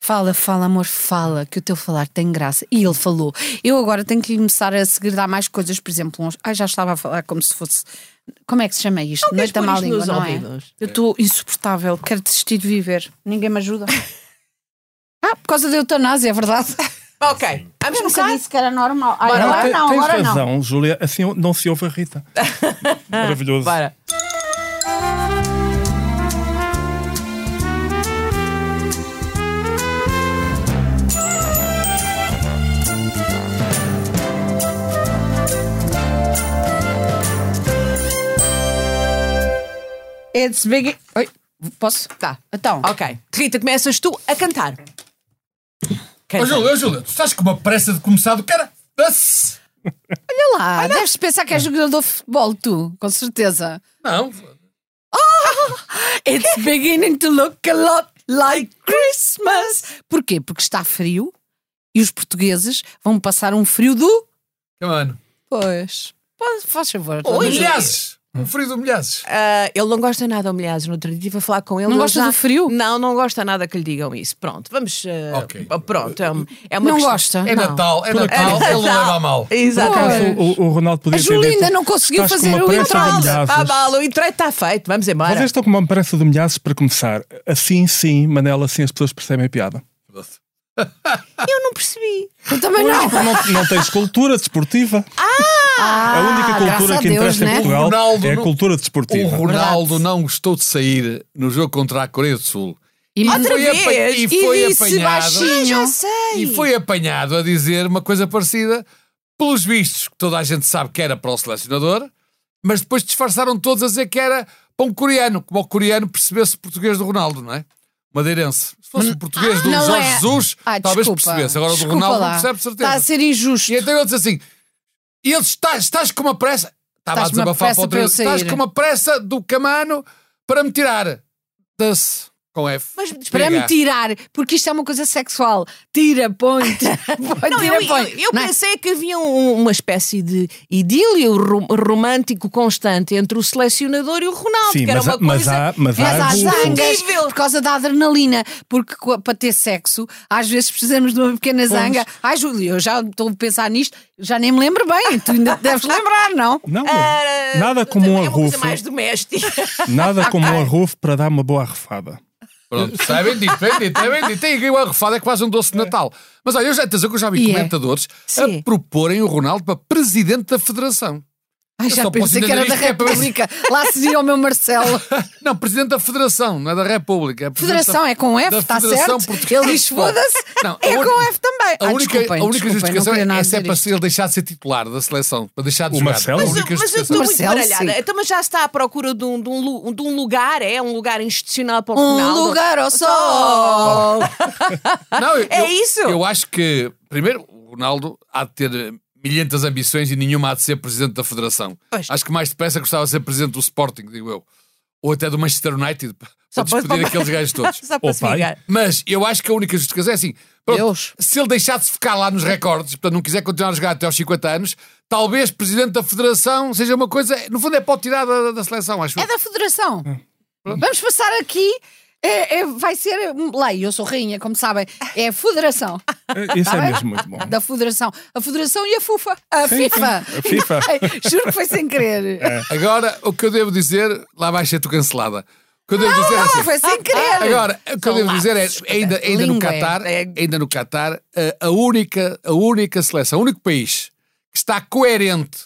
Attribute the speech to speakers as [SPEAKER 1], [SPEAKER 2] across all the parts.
[SPEAKER 1] Fala, fala, amor, fala, que o teu falar tem graça. E ele falou. Eu agora tenho que começar a seguir dar mais coisas, por exemplo, uns. Ai, já estava a falar como se fosse. Como é que se chama isto?
[SPEAKER 2] Não queres
[SPEAKER 1] da
[SPEAKER 2] pôr
[SPEAKER 1] má
[SPEAKER 2] isto
[SPEAKER 1] língua,
[SPEAKER 2] nos
[SPEAKER 1] não é?
[SPEAKER 2] ouvidos?
[SPEAKER 1] Eu estou insuportável, quero desistir de viver. Ninguém me ajuda. ah, por causa da eutanásia, é verdade.
[SPEAKER 2] Ok, vamos
[SPEAKER 1] Eu nunca
[SPEAKER 2] começar.
[SPEAKER 1] disse que era normal. Ai,
[SPEAKER 2] Bora.
[SPEAKER 1] agora
[SPEAKER 3] te-
[SPEAKER 1] não,
[SPEAKER 3] tens
[SPEAKER 1] agora não.
[SPEAKER 3] razão, Júlia. Assim não se ouve a Rita. Maravilhoso.
[SPEAKER 2] Bora.
[SPEAKER 1] It's big. Oi, posso?
[SPEAKER 2] Tá.
[SPEAKER 1] Então.
[SPEAKER 2] Ok. Rita, começas tu a cantar.
[SPEAKER 4] Ô
[SPEAKER 2] Canta.
[SPEAKER 4] Júlia, ô Júlia, tu estás com uma pressa de começar do cara. Ass!
[SPEAKER 1] Olha lá, deves pensar que és jogador de futebol, tu, com certeza.
[SPEAKER 4] Não,
[SPEAKER 1] It's beginning to look a lot like Christmas. Porquê? Porque está frio e os portugueses vão passar um frio do.
[SPEAKER 4] mano.
[SPEAKER 1] Pois. Pode, faz favor.
[SPEAKER 4] Oh,
[SPEAKER 1] dona Ju-
[SPEAKER 4] Milhazes! Um frio de milhazes.
[SPEAKER 2] Ah, ele não gosta nada, humilhados. No outro dia estive a falar com ele.
[SPEAKER 1] Não
[SPEAKER 2] ele
[SPEAKER 1] gosta
[SPEAKER 2] já-
[SPEAKER 1] do frio?
[SPEAKER 2] Não, não gosta nada que lhe digam isso. Pronto, vamos. ah,
[SPEAKER 4] Ok.
[SPEAKER 2] Pronto, é, um- é uma
[SPEAKER 1] Não
[SPEAKER 2] questão-
[SPEAKER 1] gosta.
[SPEAKER 4] É
[SPEAKER 1] não.
[SPEAKER 4] Natal, é Natal,
[SPEAKER 2] Natal.
[SPEAKER 4] ele não leva a mal.
[SPEAKER 2] Exato.
[SPEAKER 1] Pois.
[SPEAKER 3] O, o- o Ronaldo podia
[SPEAKER 1] A
[SPEAKER 3] ter
[SPEAKER 1] Júlia
[SPEAKER 3] dito,
[SPEAKER 1] ainda não conseguiu
[SPEAKER 3] "Estás com
[SPEAKER 1] fazer
[SPEAKER 3] uma
[SPEAKER 1] o Tá
[SPEAKER 3] pressa de
[SPEAKER 1] entrado."
[SPEAKER 3] milhaços."
[SPEAKER 2] Está bala, o entrei está feito. Vamos embora.
[SPEAKER 3] Vocês estão com uma pressa de milhaços para começar. Assim sim, Manela, assim as pessoas percebem a piada.
[SPEAKER 2] Eu não percebi.
[SPEAKER 1] Eu também não.
[SPEAKER 3] Não, não tens cultura desportiva.
[SPEAKER 1] Ah,
[SPEAKER 3] a única
[SPEAKER 1] graças
[SPEAKER 3] cultura
[SPEAKER 1] a
[SPEAKER 3] que
[SPEAKER 1] Deus,
[SPEAKER 3] interessa
[SPEAKER 1] né?
[SPEAKER 3] em Portugal
[SPEAKER 4] Ronaldo
[SPEAKER 3] é a
[SPEAKER 4] não-
[SPEAKER 3] cultura desportiva.
[SPEAKER 4] O Ronaldo não gostou de sair no jogo contra a Coreia do Sul.
[SPEAKER 1] E
[SPEAKER 2] Outra
[SPEAKER 4] foi apa-
[SPEAKER 2] vez?
[SPEAKER 4] e foi
[SPEAKER 1] disse
[SPEAKER 4] apanhado.
[SPEAKER 1] baixinho.
[SPEAKER 2] Já
[SPEAKER 1] É
[SPEAKER 2] sei.
[SPEAKER 4] E foi apanhado a dizer uma coisa parecida, pelos vistos, que toda a gente sabe que era para o selecionador, mas depois disfarçaram todos a dizer que era para um coreano, como o coreano percebesse o português do Ronaldo, não é? Madeirense. Se fosse o português do
[SPEAKER 1] Hum. Não
[SPEAKER 4] Jorge
[SPEAKER 1] é.
[SPEAKER 4] Jesus,
[SPEAKER 1] Ah,
[SPEAKER 4] talvez
[SPEAKER 1] desculpa.
[SPEAKER 4] percebesse. Agora o do
[SPEAKER 1] Desculpa
[SPEAKER 4] Ronaldo
[SPEAKER 1] lá.
[SPEAKER 4] não percebe, de certeza.
[SPEAKER 1] Está a ser injusto.
[SPEAKER 4] E então ele diz assim: e ele está, estás com uma pressa.
[SPEAKER 1] Estás
[SPEAKER 4] Estava
[SPEAKER 1] com
[SPEAKER 4] a
[SPEAKER 1] uma
[SPEAKER 4] desabafar
[SPEAKER 1] pressa
[SPEAKER 4] para o treino.
[SPEAKER 1] para eu sair.
[SPEAKER 4] Estás com uma pressa do Camano para me tirar. Das. Com F.
[SPEAKER 2] Mas
[SPEAKER 1] Para me
[SPEAKER 4] Obrigado.
[SPEAKER 1] tirar, porque isto é uma coisa sexual. Tira, põe, tira, põe,
[SPEAKER 2] Não,
[SPEAKER 1] tira,
[SPEAKER 2] eu,
[SPEAKER 1] põe.
[SPEAKER 2] eu- eu
[SPEAKER 1] Não é?
[SPEAKER 2] pensei que havia um- uma espécie de idílio ro- romântico constante entre o selecionador e o Ronaldo,
[SPEAKER 3] Sim,
[SPEAKER 2] que era
[SPEAKER 3] mas,
[SPEAKER 2] uma
[SPEAKER 3] há- mas
[SPEAKER 2] coisa.
[SPEAKER 3] há, mas
[SPEAKER 1] Mas
[SPEAKER 3] há
[SPEAKER 1] há
[SPEAKER 3] algum-
[SPEAKER 4] é
[SPEAKER 1] zangas
[SPEAKER 2] Horrível.
[SPEAKER 1] por causa da adrenalina, porque co- para ter sexo, às vezes precisamos de uma pequena zanga. Ai, Júlia, eu já estou a pensar nisto, já nem me lembro bem, tu ainda te deves lembrar, não?
[SPEAKER 3] Não,
[SPEAKER 2] Era-
[SPEAKER 3] nada como um
[SPEAKER 2] é uma coisa
[SPEAKER 3] arrufo.
[SPEAKER 2] mais doméstica.
[SPEAKER 3] Nada como um arrufo para dar uma boa arrefada.
[SPEAKER 4] Pronto, está bem dito, bem dito, é bem dito. Tem aqui uma refada, é quase um doce de Natal. Mas olha, eu já, atenção, que eu já vi
[SPEAKER 1] E é.
[SPEAKER 4] comentadores
[SPEAKER 2] Sim.
[SPEAKER 4] a proporem o Ronaldo para presidente da Federação.
[SPEAKER 1] Ai, já
[SPEAKER 4] só posso
[SPEAKER 1] pensei que
[SPEAKER 4] dizer
[SPEAKER 1] era da
[SPEAKER 4] isto que é para-
[SPEAKER 1] República. Lá se via o meu Marcelo.
[SPEAKER 4] Não, presidente da Federação, não é da República. é presidente
[SPEAKER 1] Federação
[SPEAKER 4] da-
[SPEAKER 1] é com F,
[SPEAKER 4] da
[SPEAKER 1] está
[SPEAKER 4] Federação
[SPEAKER 1] certo?
[SPEAKER 4] Portuguesa
[SPEAKER 1] Ele
[SPEAKER 4] de
[SPEAKER 1] diz
[SPEAKER 4] Futebol.
[SPEAKER 1] foda-se,
[SPEAKER 4] Não, a
[SPEAKER 1] é
[SPEAKER 4] uni-
[SPEAKER 1] com F também.
[SPEAKER 4] A
[SPEAKER 1] Ai,
[SPEAKER 4] única,
[SPEAKER 1] desculpem,
[SPEAKER 4] a única
[SPEAKER 1] desculpem,
[SPEAKER 4] justificação
[SPEAKER 1] não queria nada
[SPEAKER 4] é se é
[SPEAKER 1] dizer
[SPEAKER 4] para
[SPEAKER 1] isto.
[SPEAKER 4] ele deixar de ser titular da seleção, para deixar de
[SPEAKER 3] O
[SPEAKER 4] jogar.
[SPEAKER 3] Marcelo?
[SPEAKER 4] A
[SPEAKER 2] Mas, eu-
[SPEAKER 4] única
[SPEAKER 2] mas eu
[SPEAKER 4] justificação.
[SPEAKER 2] estou muito
[SPEAKER 1] Marcelo,
[SPEAKER 2] baralhada.
[SPEAKER 1] sim.
[SPEAKER 2] Então, mas já está à procura de um, de um lu- de um lugar, é? Um lugar institucional para o
[SPEAKER 4] assim.
[SPEAKER 2] Ronaldo?
[SPEAKER 1] Um lugar ao sol.
[SPEAKER 4] Não, eu-
[SPEAKER 2] É
[SPEAKER 4] eu-
[SPEAKER 2] isso?
[SPEAKER 4] Eu acho que, primeiro, o Ronaldo há de ter eh, milhentas ambições e nenhuma há de ser presidente da Federação.
[SPEAKER 2] Pois.
[SPEAKER 4] Acho que mais depressa gostava de ser presidente do Sporting, digo eu. Ou até do Manchester United,
[SPEAKER 2] Só
[SPEAKER 4] para
[SPEAKER 2] para-
[SPEAKER 4] despedir aqueles gajos todos.
[SPEAKER 2] Só para
[SPEAKER 3] Ou
[SPEAKER 2] se
[SPEAKER 3] pai.
[SPEAKER 2] vingar.
[SPEAKER 4] Mas eu acho que a única justificação é assim. pronto,
[SPEAKER 1] Deus.
[SPEAKER 4] Se ele deixar de ficar lá nos recordes, portanto não quiser continuar a jogar até aos 50 anos, talvez presidente da Federação seja uma coisa. No fundo é para o tirar da, da seleção, acho
[SPEAKER 1] É
[SPEAKER 4] eu.
[SPEAKER 1] da Federação.
[SPEAKER 4] É.
[SPEAKER 1] Vamos passar aqui. É- é- vai ser hum, lei, eu sou rainha, como sabem. É a Federação.
[SPEAKER 3] É, Isso
[SPEAKER 1] Tá
[SPEAKER 3] é
[SPEAKER 1] bem?
[SPEAKER 3] mesmo muito bom.
[SPEAKER 1] Da Federação. A Federação e a FUFA. A
[SPEAKER 3] Sim, sim.
[SPEAKER 1] FIFA.
[SPEAKER 3] A FIFA.
[SPEAKER 1] Juro que foi sem querer.
[SPEAKER 4] É. Agora, o que eu devo dizer, lá vai ser tu cancelada. O que eu
[SPEAKER 2] Ah,
[SPEAKER 4] devo dizer é assim.
[SPEAKER 1] Foi sem querer.
[SPEAKER 4] Agora, o que eu
[SPEAKER 2] São
[SPEAKER 4] devo dizer é,
[SPEAKER 2] lapsos,
[SPEAKER 4] ainda,
[SPEAKER 1] portanto,
[SPEAKER 4] ainda no
[SPEAKER 1] língua é-
[SPEAKER 4] Qatar,
[SPEAKER 2] é-
[SPEAKER 4] ainda no Qatar, a, a única, a única seleção, o único país que está coerente,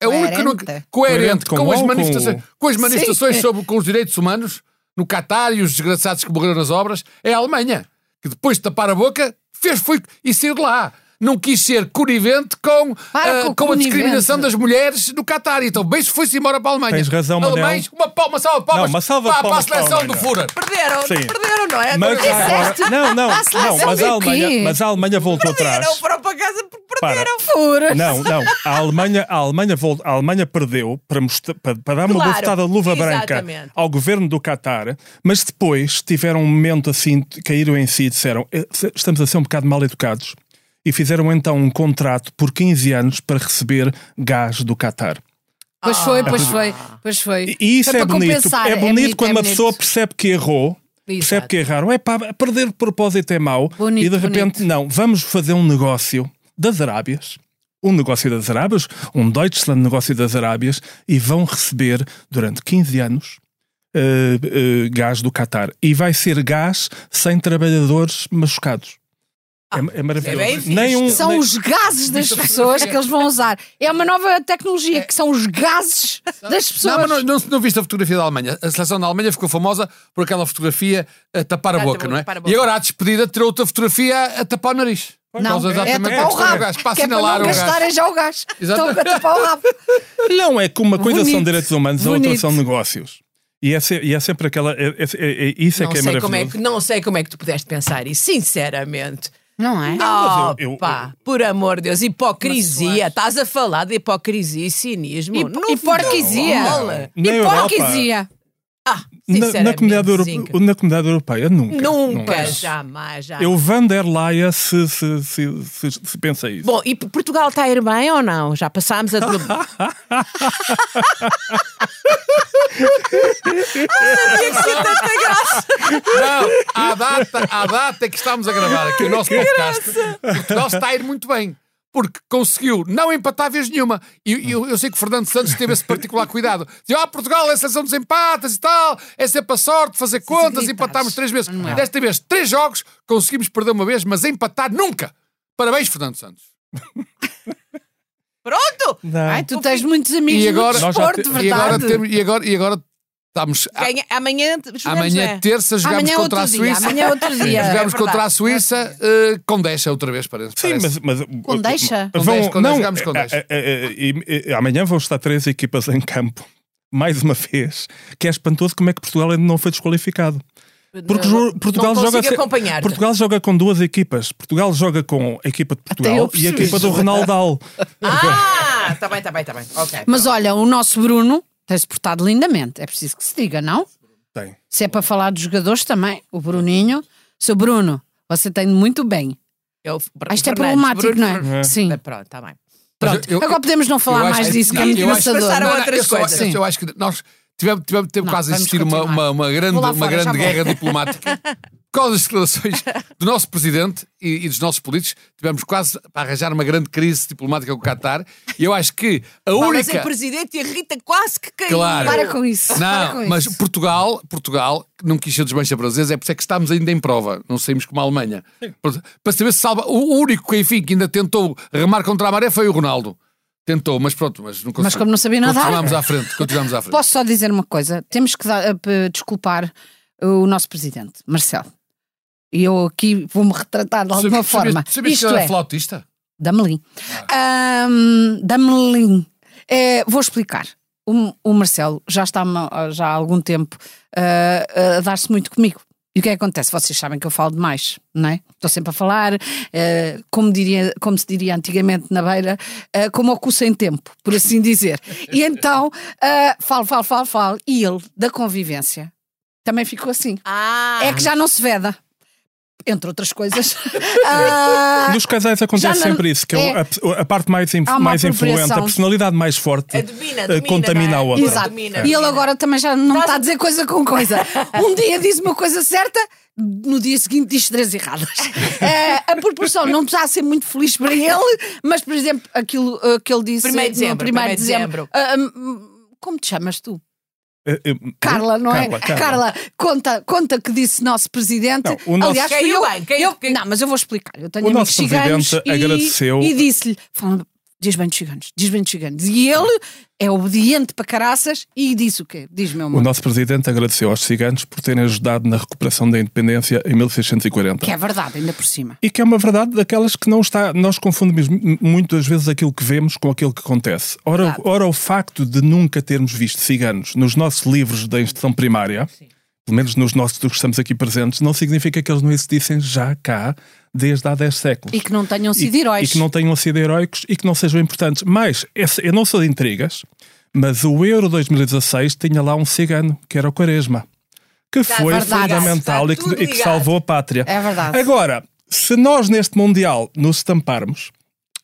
[SPEAKER 4] é o único que não-
[SPEAKER 1] Coerente.
[SPEAKER 4] coerente,
[SPEAKER 3] Coerente
[SPEAKER 4] com,
[SPEAKER 3] com o
[SPEAKER 4] as
[SPEAKER 3] ou com
[SPEAKER 4] manifestações,
[SPEAKER 3] o-
[SPEAKER 4] com as manifestações
[SPEAKER 1] Sim.
[SPEAKER 4] sobre com os direitos humanos no Qatar e os desgraçados que morreram nas obras, é a Alemanha, que depois de tapar a boca, fez foi e saiu de lá. Não quis ser conivente com,
[SPEAKER 1] Para
[SPEAKER 4] ah,
[SPEAKER 1] com
[SPEAKER 4] com a
[SPEAKER 1] conivente.
[SPEAKER 4] discriminação das mulheres no Qatar. Então, beijo, foi-se embora para a Alemanha.
[SPEAKER 3] Tens razão, Manel.
[SPEAKER 4] Alemães, uma, palma, uma salva de palmas
[SPEAKER 3] Não, uma salva de
[SPEAKER 4] para,
[SPEAKER 3] palmas
[SPEAKER 4] para
[SPEAKER 3] para
[SPEAKER 4] a
[SPEAKER 3] a
[SPEAKER 4] seleção do
[SPEAKER 3] Alemanha.
[SPEAKER 4] Fura.
[SPEAKER 2] Perderam,
[SPEAKER 3] Sim.
[SPEAKER 2] perderam, não é?
[SPEAKER 3] Mas
[SPEAKER 2] perderam.
[SPEAKER 3] agora... Não, não, não, mas a
[SPEAKER 1] do quê?
[SPEAKER 3] Alemanha, mas a Alemanha voltou atrás.
[SPEAKER 2] Perderam, foram para casa porque
[SPEAKER 3] Para.
[SPEAKER 2] perderam.
[SPEAKER 1] Fura.
[SPEAKER 3] Não, não. A Alemanha, a Alemanha, vol- a Alemanha perdeu para, mostra- para- para dar uma
[SPEAKER 2] Claro,
[SPEAKER 3] bofetada de luva
[SPEAKER 2] exatamente.
[SPEAKER 3] branca ao governo do Qatar, mas depois tiveram um momento assim, caíram em si e disseram "Eh, se- estamos a ser um bocado mal educados. E fizeram então um contrato por 15 anos para receber gás do Qatar.
[SPEAKER 4] Ah.
[SPEAKER 1] Pois foi, pois foi. Pois foi.
[SPEAKER 3] E isso
[SPEAKER 1] Foi
[SPEAKER 3] é
[SPEAKER 1] para
[SPEAKER 3] bonito.
[SPEAKER 1] compensar,
[SPEAKER 3] É bonito quando
[SPEAKER 1] é
[SPEAKER 3] uma pessoa percebe que errou Percebe que erraram? É pá, perder o propósito é mau.
[SPEAKER 1] Bonito,
[SPEAKER 3] e de repente,
[SPEAKER 1] bonito.
[SPEAKER 3] não, vamos fazer um negócio das Arábias. Um negócio das Arábias, um Deutschland negócio das Arábias, e vão receber durante 15 anos eh, eh, gás do Qatar. E vai ser gás sem trabalhadores machucados. é, é maravilhoso.
[SPEAKER 2] é bem visto.
[SPEAKER 3] nem um,
[SPEAKER 1] São
[SPEAKER 3] nem-
[SPEAKER 1] os gases das pessoas que eles vão usar. É uma nova tecnologia, que são os gases das
[SPEAKER 4] É. Não, é
[SPEAKER 1] pessoas.
[SPEAKER 4] mas não, não, não viste a fotografia da Alemanha. A seleção da Alemanha ficou famosa por aquela fotografia a tapar a
[SPEAKER 2] Tá,
[SPEAKER 4] boca,
[SPEAKER 2] tá,
[SPEAKER 4] não é?
[SPEAKER 2] tapar a boca.
[SPEAKER 4] E agora à despedida tirou outra fotografia a tapar o nariz. Por
[SPEAKER 1] Não,
[SPEAKER 4] causa
[SPEAKER 1] é
[SPEAKER 4] exatamente
[SPEAKER 1] tapar o
[SPEAKER 4] do
[SPEAKER 1] rabo.
[SPEAKER 4] gajo, para
[SPEAKER 1] que é para
[SPEAKER 4] assinalar
[SPEAKER 1] não
[SPEAKER 4] o gajo.
[SPEAKER 1] gastarem já o gás. Estão a
[SPEAKER 4] Exatamente.
[SPEAKER 1] tapar o rabo.
[SPEAKER 3] Não, é que uma coisa são
[SPEAKER 1] Bonito,
[SPEAKER 3] direitos humanos, a outra
[SPEAKER 1] bonito.
[SPEAKER 3] são negócios. E é, se- e é sempre aquela. é- é- é- é- isso é
[SPEAKER 2] não
[SPEAKER 3] que é
[SPEAKER 2] sei como é
[SPEAKER 3] maravilhoso.
[SPEAKER 2] que Não sei como é que tu pudeste pensar isso, sinceramente.
[SPEAKER 1] Não é?
[SPEAKER 2] Não,
[SPEAKER 3] mas eu- eu-
[SPEAKER 2] pá, por amor de Deus, hipocrisia. Estás a falar de hipocrisia e cinismo.
[SPEAKER 1] Hipo-
[SPEAKER 2] não
[SPEAKER 1] hiporquisia.
[SPEAKER 2] rola.
[SPEAKER 3] Na Europa,
[SPEAKER 1] Hipocrisia.
[SPEAKER 2] Ah,
[SPEAKER 3] na, na,
[SPEAKER 2] sinceramente,
[SPEAKER 3] comunidade Euro-
[SPEAKER 2] zinca.
[SPEAKER 3] na comunidade europeia, nunca.
[SPEAKER 2] Nunca, jamais, jamais.
[SPEAKER 3] Eu van der Leyen se, se, se, se, se pensa isso.
[SPEAKER 2] Bom, e P- Portugal está a ir bem ou não? Já passámos a. tro-
[SPEAKER 4] Não, Então, à data, à data é que estamos a gravar aqui o nosso podcast, Portugal está a ir muito bem. Porque conseguiu não empatar vez nenhuma. E e eu, eu sei que Fernando Santos teve esse particular cuidado. Dizia, ah, Portugal é a seleção dos empates e tal, é sempre a sorte, fazer contas,
[SPEAKER 1] gritares.
[SPEAKER 4] empatámos três vezes.
[SPEAKER 1] é.
[SPEAKER 4] Desta vez, três jogos, conseguimos perder uma vez, mas empatar nunca. Parabéns, Fernando Santos.
[SPEAKER 2] Pronto!
[SPEAKER 3] Não.
[SPEAKER 1] Ai, tu tens muitos amigos
[SPEAKER 4] E agora-
[SPEAKER 1] no
[SPEAKER 3] Nós já
[SPEAKER 1] desporto,
[SPEAKER 3] te-
[SPEAKER 1] verdade.
[SPEAKER 4] E agora, temos- e, agora, e agora estamos. a-
[SPEAKER 2] Ganha- amanhã jogamos,
[SPEAKER 4] amanhã,
[SPEAKER 2] né?
[SPEAKER 4] terça, jogamos
[SPEAKER 1] Ah. Amanhã é
[SPEAKER 4] contra a
[SPEAKER 1] outro dia,
[SPEAKER 4] Suíça.
[SPEAKER 1] amanhã é outro dia.
[SPEAKER 2] Sim.
[SPEAKER 4] Jogamos
[SPEAKER 2] É
[SPEAKER 4] contra a
[SPEAKER 2] verdade.
[SPEAKER 4] Suíça eh, com deixa outra vez, parece.
[SPEAKER 3] Sim,
[SPEAKER 4] parece.
[SPEAKER 3] mas, mas.
[SPEAKER 1] Com deixa?
[SPEAKER 4] Com
[SPEAKER 3] Vão,
[SPEAKER 4] deixa, com
[SPEAKER 3] não,
[SPEAKER 4] deixa, jogamos com deixa.
[SPEAKER 3] eh, eh, eh, e- eh, amanhã vão estar três equipas em campo. Mais uma vez. Que é espantoso como é que Portugal ainda não foi desqualificado. Porque
[SPEAKER 2] Não-
[SPEAKER 3] jo- Portugal
[SPEAKER 2] não
[SPEAKER 3] joga
[SPEAKER 2] consigo acompanhar-te.
[SPEAKER 3] Portugal joga com duas equipas. Portugal joga com a equipa de
[SPEAKER 1] eu
[SPEAKER 3] Portugal e
[SPEAKER 1] percebi
[SPEAKER 3] a equipa
[SPEAKER 1] isso.
[SPEAKER 3] do Ronaldal.
[SPEAKER 2] Ah, está bem, está bem, está bem. Ok.
[SPEAKER 1] Mas olha, o nosso Bruno tem-se portado lindamente. É preciso que se diga, não?
[SPEAKER 3] Tem.
[SPEAKER 1] Se é para falar dos jogadores também, o Bruninho. Seu Bruno, você tem muito bem.
[SPEAKER 2] Eu-
[SPEAKER 1] Ah, isto é
[SPEAKER 2] Fernandes,
[SPEAKER 1] problemático,
[SPEAKER 2] Bruno
[SPEAKER 1] não é?
[SPEAKER 3] É.
[SPEAKER 1] Sim.
[SPEAKER 2] Fer- Pronto, está bem.
[SPEAKER 4] Pronto,
[SPEAKER 1] Agora podemos não falar mais disso, que é muito
[SPEAKER 2] eu acho-
[SPEAKER 1] engraçador.
[SPEAKER 2] passaram
[SPEAKER 4] Não, não,
[SPEAKER 2] outras
[SPEAKER 4] eu só-
[SPEAKER 2] coisas.
[SPEAKER 4] Eu, eu acho que nós tivemos, tivemos, tivemos
[SPEAKER 1] Não,
[SPEAKER 4] quase a
[SPEAKER 1] vamos
[SPEAKER 4] assistir uma,
[SPEAKER 1] continuar.
[SPEAKER 4] uma, uma grande,
[SPEAKER 1] Vou lá
[SPEAKER 4] uma
[SPEAKER 1] fora, já
[SPEAKER 4] grande
[SPEAKER 1] volto.
[SPEAKER 4] guerra diplomática. Por causa das declarações do nosso presidente e, e dos nossos políticos, tivemos quase a arranjar uma grande crise diplomática com o Qatar. E eu acho que a
[SPEAKER 2] Pá,
[SPEAKER 4] única.
[SPEAKER 2] Mas o presidente e a Rita quase que caiu.
[SPEAKER 4] Claro.
[SPEAKER 1] Para com isso. para com
[SPEAKER 4] Não, mas
[SPEAKER 1] isso.
[SPEAKER 4] Portugal, Portugal, que não quis ser desmancha brasileira, é por isso é que estamos ainda em prova, não saímos como a Alemanha. Por- Para saber se salva. O único que, enfim, que ainda tentou remar contra a maré foi o Ronaldo. Tentou, mas pronto, mas não conseguiu.
[SPEAKER 1] Mas como não sabia nadar.
[SPEAKER 4] Continuamos à frente, continuamos à frente.
[SPEAKER 1] Posso só dizer uma coisa? Temos que dar- eh, pe- desculpar o nosso presidente, Marcelo. E eu aqui vou-me retratar de alguma
[SPEAKER 4] Sabias-
[SPEAKER 1] forma.
[SPEAKER 4] Sabias, sabias
[SPEAKER 1] Isto
[SPEAKER 4] que ele
[SPEAKER 1] é,
[SPEAKER 4] era flautista?
[SPEAKER 1] da Melim. Ahm, da Melim. Eh, vou explicar. O, o Marcelo já está há- já há algum tempo ah, a dar-se muito comigo. E o que é que acontece? Vocês sabem que eu falo demais, não é? Estou sempre a falar, eh, como, diria, como se diria antigamente na beira, eh, como ao cu sem tempo, por assim dizer. E então, ah, falo, falo, falo, falo. E ele, da convivência, também ficou assim.
[SPEAKER 2] Ah,
[SPEAKER 1] É que já não se veda. Entre outras coisas. Ah,
[SPEAKER 3] Nos casais acontece
[SPEAKER 1] Já não-
[SPEAKER 3] sempre isso, que é o- a, a parte mais, inf-
[SPEAKER 1] Há uma
[SPEAKER 3] mais
[SPEAKER 1] apropriação.
[SPEAKER 3] influente, a personalidade mais forte,
[SPEAKER 2] A domina,
[SPEAKER 3] eh,
[SPEAKER 2] domina,
[SPEAKER 3] contamina a
[SPEAKER 2] não é?
[SPEAKER 3] outra.
[SPEAKER 1] Exato.
[SPEAKER 2] Domina,
[SPEAKER 1] e ele
[SPEAKER 2] domina.
[SPEAKER 1] agora também já não está a dizer coisa com coisa. Um dia diz uma coisa certa, no dia seguinte diz três erradas. Eh, a proporção não está a ser muito feliz para ele, mas, por exemplo, aquilo eh, que ele disse
[SPEAKER 2] Primeiro de
[SPEAKER 1] no
[SPEAKER 2] dezembro,
[SPEAKER 1] primeiro
[SPEAKER 2] primeiro de dezembro.
[SPEAKER 1] Ah, hum, como te chamas tu?
[SPEAKER 3] Eh, eh,
[SPEAKER 1] Carla, não é?
[SPEAKER 3] Carla,
[SPEAKER 1] Carla,
[SPEAKER 3] Carla.
[SPEAKER 1] conta, conta que disse nosso presidente.
[SPEAKER 3] Não, o nosso-
[SPEAKER 1] Aliás, fui
[SPEAKER 2] Caiu
[SPEAKER 1] eu,
[SPEAKER 2] bem, caiu-
[SPEAKER 1] eu-
[SPEAKER 2] caiu-
[SPEAKER 1] Não, mas eu vou explicar. Eu tenho
[SPEAKER 3] O
[SPEAKER 1] amigos
[SPEAKER 3] nosso
[SPEAKER 1] ciganos
[SPEAKER 3] presidente
[SPEAKER 1] e,
[SPEAKER 3] agradeceu-
[SPEAKER 1] e disse-lhe, fala, diz bem dos ciganos, diz bem dos ciganos. E ele é obediente para caraças e disse o quê? Diz, meu
[SPEAKER 3] O
[SPEAKER 1] amor.
[SPEAKER 3] nosso presidente agradeceu aos ciganos por terem ajudado na recuperação da independência em 1640.
[SPEAKER 1] Que é verdade, ainda por cima.
[SPEAKER 3] E que é uma verdade daquelas que não está. Nós confundimos m- muitas vezes aquilo que vemos com aquilo que acontece. Ora,
[SPEAKER 1] Claro.
[SPEAKER 3] ora o facto de nunca termos visto ciganos nos nossos livros da instrução primária, pelo menos nos nossos dos que estamos aqui presentes, não significa que eles não existissem já cá desde há 10 séculos.
[SPEAKER 1] E que não tenham
[SPEAKER 3] E-
[SPEAKER 1] sido heróis.
[SPEAKER 3] E que não tenham sido heróicos e que não sejam importantes. Mas, esse- eu não sou de intrigas, mas o Euro 2016 tinha lá um cigano, que era o Quaresma, que foi
[SPEAKER 1] É verdade.
[SPEAKER 3] fundamental
[SPEAKER 2] Está
[SPEAKER 3] e que,
[SPEAKER 2] tudo
[SPEAKER 3] e que
[SPEAKER 2] ligado.
[SPEAKER 3] salvou a pátria.
[SPEAKER 1] É verdade.
[SPEAKER 3] Agora, se nós neste Mundial nos estamparmos,